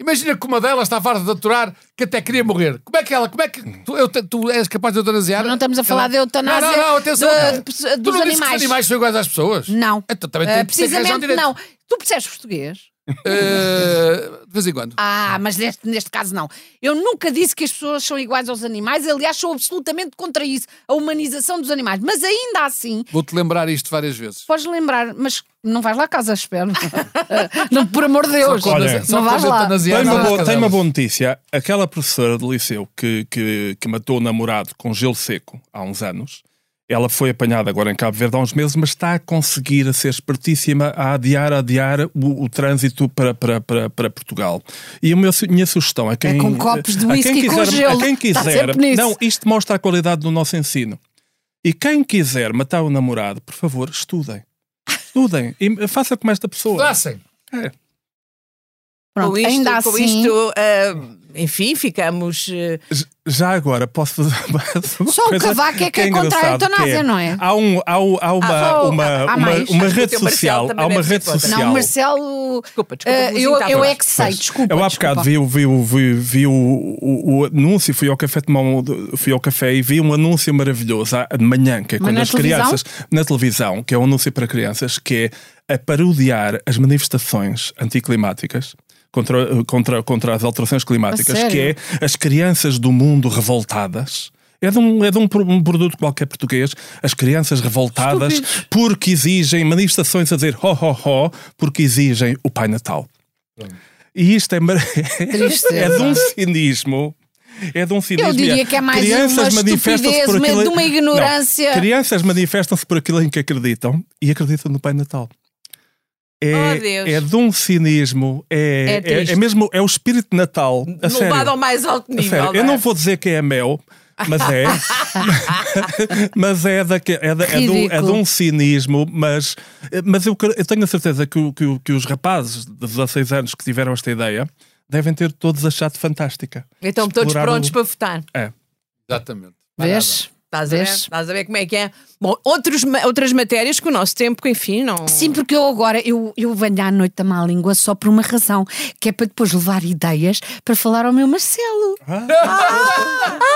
[SPEAKER 4] Imagina que uma delas está farta de aturar que até queria morrer. Como é que ela, como é que tu, eu te- tu és capaz de eutanasiar?
[SPEAKER 1] Não estamos a falar de
[SPEAKER 4] Não,
[SPEAKER 1] eutanásia
[SPEAKER 4] não, não, atenção.
[SPEAKER 1] de-
[SPEAKER 4] Tu
[SPEAKER 1] de-
[SPEAKER 4] não
[SPEAKER 1] dos
[SPEAKER 4] dizes que os
[SPEAKER 1] animais.
[SPEAKER 4] animais são iguais às pessoas?
[SPEAKER 1] Não.
[SPEAKER 4] Então também
[SPEAKER 3] é
[SPEAKER 1] Ah,
[SPEAKER 4] tem, tem
[SPEAKER 1] precisamente não. Tu percebes português?
[SPEAKER 4] Eh, de vez em quando.
[SPEAKER 1] Ah, mas neste, neste caso não. Eu nunca disse que as pessoas são iguais aos animais, aliás, sou absolutamente contra isso, a humanização dos animais. Mas ainda assim,
[SPEAKER 4] Vou-te lembrar isto várias vezes.
[SPEAKER 1] podes lembrar, mas não vais lá à casa, espero. não, por amor de Deus,
[SPEAKER 4] Só quando-
[SPEAKER 3] Olha,
[SPEAKER 4] só
[SPEAKER 1] não vais
[SPEAKER 4] quando
[SPEAKER 1] lá.
[SPEAKER 4] eutanasiar
[SPEAKER 3] Tem uma,
[SPEAKER 4] as
[SPEAKER 3] boa,
[SPEAKER 4] cadelas.
[SPEAKER 3] tem uma boa notícia. Aquela professora de liceu que, que, que matou o namorado com gelo seco há uns anos, ela foi apanhada agora em Cabo Verde há uns meses, mas está a conseguir a ser espertíssima a adiar, a adiar o, o trânsito para, para, para, para Portugal. E a minha, su- minha sugestão é quem...
[SPEAKER 1] com copos de
[SPEAKER 3] a quem
[SPEAKER 1] whisky com
[SPEAKER 3] quiser,
[SPEAKER 1] gelo.
[SPEAKER 3] A quem
[SPEAKER 1] Está
[SPEAKER 3] quiser...
[SPEAKER 1] sempre nisso.
[SPEAKER 3] Não, isto mostra a qualidade do nosso ensino. E quem quiser matar o namorado, por favor, estudem. Estudem. E faça como esta pessoa.
[SPEAKER 4] Passem.
[SPEAKER 3] É.
[SPEAKER 1] Pronto,
[SPEAKER 2] com isto,
[SPEAKER 1] ainda
[SPEAKER 2] com
[SPEAKER 1] assim,
[SPEAKER 2] isto ah, enfim, ficamos. eh,
[SPEAKER 3] J- Já agora posso fazer mais uma
[SPEAKER 1] Só o
[SPEAKER 3] coisa
[SPEAKER 1] Cavaco é que é contra a
[SPEAKER 3] engraçado,
[SPEAKER 1] eutanásia, não é?
[SPEAKER 3] Há, um, há, um- há uma,
[SPEAKER 1] Ah, só-
[SPEAKER 3] uma,
[SPEAKER 1] há
[SPEAKER 3] uma,
[SPEAKER 1] mais.
[SPEAKER 3] uma
[SPEAKER 2] oh, Acho que o
[SPEAKER 3] rede
[SPEAKER 2] teu Marcelo
[SPEAKER 3] social.
[SPEAKER 2] também
[SPEAKER 3] Há uma
[SPEAKER 2] deve ser
[SPEAKER 3] rede
[SPEAKER 2] contra.
[SPEAKER 3] social.
[SPEAKER 1] não, Marcelo.
[SPEAKER 2] Desculpa, desculpa,
[SPEAKER 1] eh,
[SPEAKER 2] o tá
[SPEAKER 1] eu,
[SPEAKER 2] vizinho está
[SPEAKER 1] eu
[SPEAKER 2] a
[SPEAKER 1] é
[SPEAKER 2] falar.
[SPEAKER 1] que sei, desculpa.
[SPEAKER 3] eu há
[SPEAKER 1] desculpa.
[SPEAKER 3] bocado vi, o- vi, o- vi, vi o, o, o anúncio, fui ao café tomar um, fui ao café e vi um anúncio maravilhoso à- de manhã, que é quando
[SPEAKER 1] na
[SPEAKER 3] as
[SPEAKER 1] televisão?
[SPEAKER 3] crianças na televisão, que é um anúncio para crianças, que é a parodiar as manifestações anticlimáticas. contra, contra, contra as alterações climáticas,
[SPEAKER 1] A sério?
[SPEAKER 3] que é as crianças do mundo revoltadas. É de, um, é de um pro- um produto qualquer português, as crianças revoltadas porque exigem manifestações a dizer ho ho ho, porque exigem o Pai Natal. E isto é, mar- é
[SPEAKER 1] Tristeza.
[SPEAKER 3] de um cinismo. É de um cinismo.
[SPEAKER 1] Eu diria que é mais uma estupidez, uma- de uma
[SPEAKER 2] É.
[SPEAKER 1] ignorância.
[SPEAKER 3] Não, crianças manifestam-se por aquilo em que acreditam e acreditam no Pai Natal. É,
[SPEAKER 2] Oh, Deus.
[SPEAKER 3] é de um cinismo,
[SPEAKER 2] É
[SPEAKER 3] é, é,
[SPEAKER 2] triste.
[SPEAKER 3] é mesmo é o espírito de Natal. A sério.
[SPEAKER 2] Levado ao mais alto
[SPEAKER 3] A
[SPEAKER 2] nível.
[SPEAKER 3] sério, eu
[SPEAKER 2] é?
[SPEAKER 3] não vou dizer que é mel, mas é. mas é, daque- é, da- é, de um- é de
[SPEAKER 1] Ridículo.
[SPEAKER 3] um cinismo, mas, mas eu, cre- eu tenho a certeza que, o- que, o- que os rapazes de 16 anos que tiveram esta ideia devem ter todos achado fantástica.
[SPEAKER 2] Então, todos
[SPEAKER 3] Explorar o-
[SPEAKER 2] prontos para votar.
[SPEAKER 3] É.
[SPEAKER 4] Exatamente. Mais nada.
[SPEAKER 1] Vês?
[SPEAKER 2] Estás a ver?
[SPEAKER 1] Vês?
[SPEAKER 2] Estás a ver como é que é? Bom, outros, ma- outras matérias que o nosso tempo, que enfim, não.
[SPEAKER 1] Sim, porque eu agora eu, eu venho à noite da má língua só por uma razão, que é para depois levar ideias para falar ao meu Marcelo.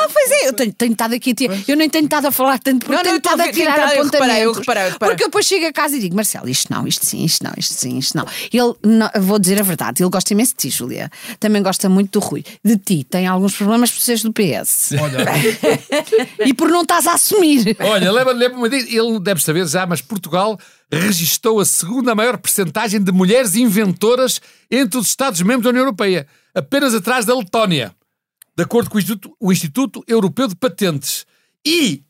[SPEAKER 1] Ah, pois é, eu tenho, tenho estado aqui a tirar. Eu nem tenho estado a falar tanto porque
[SPEAKER 2] Não, não,
[SPEAKER 1] tenho
[SPEAKER 2] eu estou a
[SPEAKER 1] estado a
[SPEAKER 2] ver, tenho
[SPEAKER 1] tirar
[SPEAKER 2] estado- eu
[SPEAKER 1] apontamentos.
[SPEAKER 2] reparei, eu reparei, eu reparei.
[SPEAKER 1] Porque eu depois chego a casa e digo, Marcelo, isto não, isto sim, isto não, isto sim, isto não. Ele, não- vou dizer a verdade, ele gosta imenso de ti, Júlia. Também gosta muito do Rui. De ti, tem alguns problemas por seres do PS.
[SPEAKER 4] Olha,
[SPEAKER 1] e por não estás a assumir.
[SPEAKER 4] olha lembra- lembra-me disso. Ele deve saber já, mas Portugal registou a segunda maior percentagem de mulheres inventoras entre os Estados-membros da União Europeia, apenas atrás da Letónia, de acordo com o Instituto, o Instituto Europeu de Patentes. E.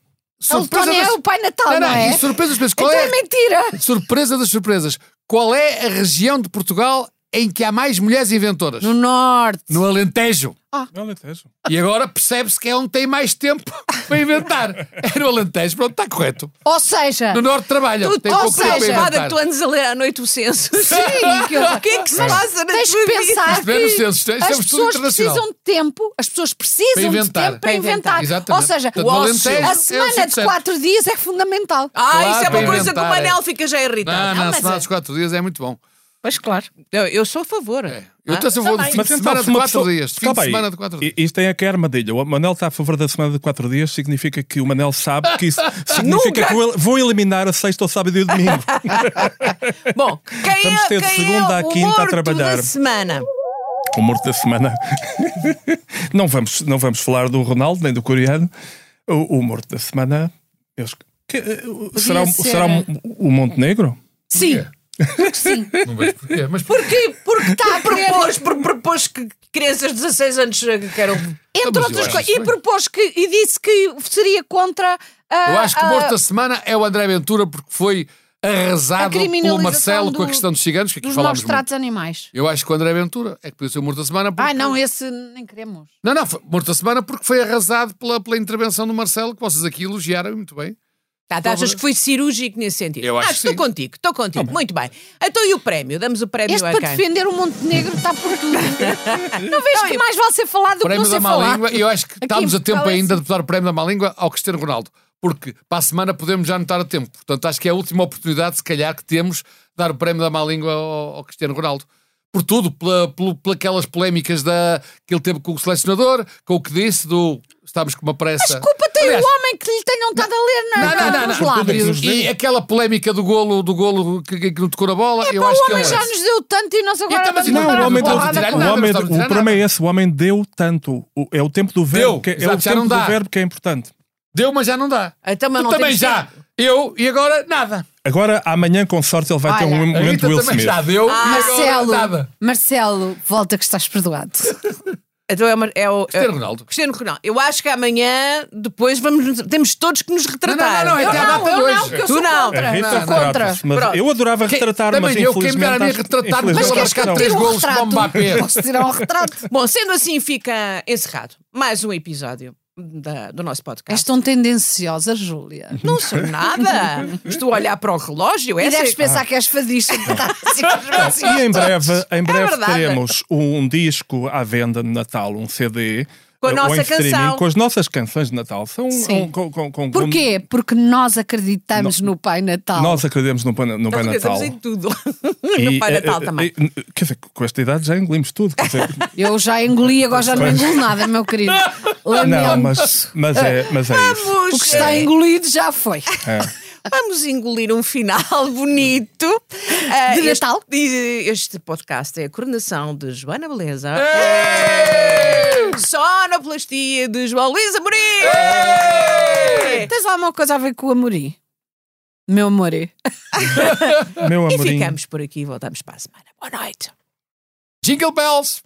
[SPEAKER 1] A
[SPEAKER 4] surpresa
[SPEAKER 1] Letónia é
[SPEAKER 4] das-
[SPEAKER 1] o Pai Natal, não,
[SPEAKER 4] Não, não,
[SPEAKER 1] é?
[SPEAKER 4] e surpresa das pessoas.
[SPEAKER 1] Então
[SPEAKER 4] Qual
[SPEAKER 1] é
[SPEAKER 4] é,
[SPEAKER 1] mentira.
[SPEAKER 4] surpresa das surpresas. Qual é a região de Portugal em que há mais mulheres inventoras?
[SPEAKER 1] No Norte.
[SPEAKER 4] No Alentejo.
[SPEAKER 3] Olha, Tejo.
[SPEAKER 4] E agora percebe-se que é onde tem mais tempo para inventar. É no Alentejo, pronto, está correto.
[SPEAKER 1] Ou seja,
[SPEAKER 4] No Norte trabalha.
[SPEAKER 2] Tu,
[SPEAKER 4] tem
[SPEAKER 2] ou
[SPEAKER 4] pouco tempo para
[SPEAKER 2] seja,
[SPEAKER 4] inventar.
[SPEAKER 2] Vada, é tu andas a ler à noite o censo.
[SPEAKER 1] Sim, que horror.
[SPEAKER 2] o que é que se passa na
[SPEAKER 1] tens
[SPEAKER 2] tua
[SPEAKER 1] de
[SPEAKER 2] vida?
[SPEAKER 1] pensar
[SPEAKER 4] Isto é no censo, isto
[SPEAKER 1] que
[SPEAKER 4] é- isto é um
[SPEAKER 1] as
[SPEAKER 4] estudo
[SPEAKER 1] pessoas
[SPEAKER 4] internacional.
[SPEAKER 1] precisam de tempo, as pessoas precisam de
[SPEAKER 4] inventar.
[SPEAKER 1] tempo para
[SPEAKER 2] Para
[SPEAKER 1] inventar.
[SPEAKER 2] inventar.
[SPEAKER 4] Exatamente.
[SPEAKER 1] Ou seja,
[SPEAKER 4] Portanto,
[SPEAKER 1] o
[SPEAKER 4] no
[SPEAKER 1] ócio-
[SPEAKER 4] Alentejo é
[SPEAKER 1] a
[SPEAKER 4] o
[SPEAKER 1] semana de
[SPEAKER 4] 107.
[SPEAKER 1] quatro dias é fundamental.
[SPEAKER 2] Ah, isso é
[SPEAKER 4] Claro,
[SPEAKER 2] uma
[SPEAKER 4] para
[SPEAKER 2] coisa que o
[SPEAKER 4] inventar,
[SPEAKER 2] Manel
[SPEAKER 4] é.
[SPEAKER 2] fica já irritado.
[SPEAKER 4] Não, não,
[SPEAKER 2] Ah,
[SPEAKER 4] a
[SPEAKER 2] mas
[SPEAKER 4] semana
[SPEAKER 2] é-
[SPEAKER 4] dos quatro dias é muito bom. É.
[SPEAKER 1] Pois claro.
[SPEAKER 2] eu, eu sou a favor.
[SPEAKER 4] Eu
[SPEAKER 2] Ah,
[SPEAKER 4] estou a favor de
[SPEAKER 3] Tá
[SPEAKER 2] também.
[SPEAKER 4] fim de semana
[SPEAKER 3] então, se
[SPEAKER 4] de
[SPEAKER 3] uma
[SPEAKER 4] quatro
[SPEAKER 3] pessoa-
[SPEAKER 4] dias. Fim
[SPEAKER 3] Calma
[SPEAKER 4] de
[SPEAKER 3] aí.
[SPEAKER 4] semana de quatro dias.
[SPEAKER 3] I- Isto é que é a armadilha. O Manel está a favor da semana de quatro dias, significa que o Manel sabe que isso significa que eu el- vou eliminar a sexta ou sábado e o domingo.
[SPEAKER 2] Bom, quem
[SPEAKER 3] Vamos
[SPEAKER 2] é,
[SPEAKER 3] ter de
[SPEAKER 2] quem é
[SPEAKER 3] segunda à
[SPEAKER 2] o
[SPEAKER 3] quinta a
[SPEAKER 2] morto
[SPEAKER 3] trabalhar.
[SPEAKER 2] da semana?
[SPEAKER 3] o morto da semana. não, vamos, não vamos falar do Ronaldo nem do coreano. O, o morto da semana. meus- que- será o-
[SPEAKER 1] ser-
[SPEAKER 3] será o- o Montenegro?
[SPEAKER 1] Sim. Sim.
[SPEAKER 4] Não vejo porquê, mas
[SPEAKER 2] Porque, porque está a propôs, por- propôs que crianças de 16 anos eh, que eram.
[SPEAKER 1] Entre
[SPEAKER 4] Então, Mas eu
[SPEAKER 1] outras
[SPEAKER 4] acho
[SPEAKER 1] coisas.
[SPEAKER 4] isso
[SPEAKER 1] E
[SPEAKER 4] bem.
[SPEAKER 1] propôs que. E disse que seria contra. A,
[SPEAKER 4] Eu acho que o
[SPEAKER 1] a-
[SPEAKER 4] morto da semana é o André Ventura porque foi
[SPEAKER 1] A
[SPEAKER 4] arrasado
[SPEAKER 1] criminalização
[SPEAKER 4] pelo Marcelo com a
[SPEAKER 1] do-
[SPEAKER 4] questão dos ciganos, que aqui
[SPEAKER 1] dos
[SPEAKER 4] falámos
[SPEAKER 1] maus
[SPEAKER 4] muito.
[SPEAKER 1] tratos animais.
[SPEAKER 4] Eu acho que o André Ventura é que podia ser o morto da semana. Porque...
[SPEAKER 1] Ai, não, esse nem queremos.
[SPEAKER 4] Não, não, foi morto da semana porque foi arrasado pela, pela intervenção do Marcelo, que vocês aqui elogiaram e muito bem.
[SPEAKER 2] Tá, tá, achas que foi cirúrgico nesse sentido?
[SPEAKER 4] Eu acho
[SPEAKER 2] ah,
[SPEAKER 4] que
[SPEAKER 2] estou
[SPEAKER 4] sim.
[SPEAKER 2] contigo, estou contigo. Muito bem. Então e o prémio? Damos o prémio
[SPEAKER 1] Este
[SPEAKER 2] a
[SPEAKER 1] para
[SPEAKER 2] quem?
[SPEAKER 1] defender o Montenegro está por tudo. Não vês que mais vale ser falado do que não
[SPEAKER 4] prémio da
[SPEAKER 1] ser
[SPEAKER 4] má
[SPEAKER 1] falado.
[SPEAKER 4] língua, e eu acho que
[SPEAKER 1] Aqui em
[SPEAKER 4] estamos a
[SPEAKER 1] Portugal
[SPEAKER 4] tempo
[SPEAKER 1] é
[SPEAKER 4] ainda
[SPEAKER 1] assim.
[SPEAKER 4] de dar o prémio da má língua ao Cristiano Ronaldo, porque para a semana podemos já notar a tempo. Portanto, acho que é a última oportunidade, se calhar, que temos de dar o prémio da má língua ao, ao Cristiano Ronaldo. Por tudo, pela, pelo- por aquelas polémicas da, que ele teve com o selecionador, com o que disse do estamos com uma pressa.
[SPEAKER 1] Desculpa, tem
[SPEAKER 4] Aliás,
[SPEAKER 1] o homem que lhe tenham estado a ler na,
[SPEAKER 4] Não, não, não,
[SPEAKER 1] nos
[SPEAKER 4] não.
[SPEAKER 1] lábios.
[SPEAKER 4] E aquela polémica do golo, do golo que, que- que não tocou na bola, eu acho
[SPEAKER 1] o
[SPEAKER 4] que é
[SPEAKER 1] homem já
[SPEAKER 4] essa.
[SPEAKER 1] nos deu tanto e nós agora
[SPEAKER 4] Então, mas
[SPEAKER 1] vamos
[SPEAKER 4] não,
[SPEAKER 1] andar
[SPEAKER 4] o
[SPEAKER 1] à
[SPEAKER 4] homem deu-
[SPEAKER 1] porrada
[SPEAKER 4] tirar
[SPEAKER 1] com
[SPEAKER 3] o
[SPEAKER 1] ele.
[SPEAKER 4] nada,
[SPEAKER 3] homem-
[SPEAKER 4] não estamos a
[SPEAKER 3] o
[SPEAKER 4] tirar
[SPEAKER 3] problema
[SPEAKER 4] nada.
[SPEAKER 3] é esse, o homem deu tanto. O- é o tempo do
[SPEAKER 4] Deu,
[SPEAKER 3] verbo, que, é
[SPEAKER 4] exato,
[SPEAKER 3] o
[SPEAKER 4] já não
[SPEAKER 3] tempo do
[SPEAKER 4] dá.
[SPEAKER 3] verbo que é importante.
[SPEAKER 4] Deu, mas já não dá.
[SPEAKER 2] Então, mas
[SPEAKER 4] Tu
[SPEAKER 2] não
[SPEAKER 4] também
[SPEAKER 2] temos
[SPEAKER 4] já. Eu e agora nada.
[SPEAKER 3] Agora, amanhã, com sorte, ele vai ter
[SPEAKER 1] Olha,
[SPEAKER 3] um
[SPEAKER 4] A
[SPEAKER 3] momento
[SPEAKER 4] Rita
[SPEAKER 3] Will
[SPEAKER 4] também
[SPEAKER 3] Smith.
[SPEAKER 4] já deu e agora
[SPEAKER 1] Marcelo,
[SPEAKER 4] nada.
[SPEAKER 1] Marcelo, volta que estás perdoado.
[SPEAKER 2] Então é, uma- é o. é-
[SPEAKER 4] Cristiano Ronaldo.
[SPEAKER 2] Cristiano Ronaldo. Eu acho que amanhã, depois, vamos, nos- temos todos que nos retratar.
[SPEAKER 4] Não, não, não, é até à data de hoje. É,
[SPEAKER 1] porque eu
[SPEAKER 2] Tu
[SPEAKER 1] sou
[SPEAKER 2] não.
[SPEAKER 1] contra. é?
[SPEAKER 3] A Rita
[SPEAKER 1] sou contra.
[SPEAKER 3] retrata-se, É, mas
[SPEAKER 2] Pronto.
[SPEAKER 3] eu adorava
[SPEAKER 4] Quem-
[SPEAKER 3] retratar, mas
[SPEAKER 4] também eu, quem me
[SPEAKER 3] infelizmente...
[SPEAKER 4] dera a mim
[SPEAKER 3] acho-
[SPEAKER 4] retratar-me, mas
[SPEAKER 1] Mas
[SPEAKER 4] Vou
[SPEAKER 1] queres
[SPEAKER 3] infelizmente acho
[SPEAKER 1] que eu
[SPEAKER 4] marcar
[SPEAKER 3] não.
[SPEAKER 1] tire
[SPEAKER 4] três
[SPEAKER 1] um
[SPEAKER 4] golos para
[SPEAKER 1] retrato?
[SPEAKER 4] o Mbappé.
[SPEAKER 1] Posso tirar um retrato?
[SPEAKER 2] Bom, sendo assim, fica encerrado mais um episódio da- do nosso podcast.
[SPEAKER 1] És tão tendenciosa, Júlia.
[SPEAKER 4] Hum,
[SPEAKER 2] Não sou nada. Estou a olhar para o relógio.
[SPEAKER 1] E
[SPEAKER 2] Essa
[SPEAKER 1] deves
[SPEAKER 2] é...
[SPEAKER 1] pensar que és fadista. porque estás assim com os braços
[SPEAKER 3] E em breve, em breve
[SPEAKER 2] verdade.
[SPEAKER 3] teremos um disco à venda de Natal, um CD.
[SPEAKER 2] Com a
[SPEAKER 3] eh,
[SPEAKER 2] nossa
[SPEAKER 3] ou em streaming,
[SPEAKER 2] canção.
[SPEAKER 3] Com as nossas canções de Natal. São
[SPEAKER 1] Sim.
[SPEAKER 3] um- com, com, com-
[SPEAKER 1] Porquê? Porque nós acreditamos no Pai Natal.
[SPEAKER 3] Nós acreditamos no Pai, no Pai
[SPEAKER 2] Nós
[SPEAKER 3] Natal.
[SPEAKER 2] acreditamos em tudo.
[SPEAKER 3] E,
[SPEAKER 2] no Pai
[SPEAKER 3] eh,
[SPEAKER 2] Natal
[SPEAKER 3] eh,
[SPEAKER 2] também.
[SPEAKER 3] eh, Quer dizer, com esta idade já engolimos tudo. Quer dizer,
[SPEAKER 1] Eu já engoli, agora já não engulo nada, meu querido.
[SPEAKER 3] não,
[SPEAKER 1] Lamento.
[SPEAKER 3] mas, mas é, mas é isso.
[SPEAKER 1] O que está engolido já foi.
[SPEAKER 3] É.
[SPEAKER 2] Vamos engolir um final bonito. Ah,
[SPEAKER 1] De
[SPEAKER 2] este-
[SPEAKER 1] Natal?
[SPEAKER 2] e- Este podcast é a coronação de Joana Beleza.
[SPEAKER 4] É.
[SPEAKER 2] É.
[SPEAKER 4] Ei!
[SPEAKER 2] Sonoplastia de João Luís Amorim.
[SPEAKER 4] É.
[SPEAKER 1] Tens alguma coisa a ver com o Amorim? Meu é? Amorim.
[SPEAKER 3] Meu
[SPEAKER 2] E
[SPEAKER 3] amorinho.
[SPEAKER 2] ficamos por aqui e voltamos para a semana. Boa noite.
[SPEAKER 4] Jingle bells!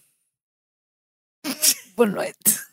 [SPEAKER 1] Boa noite.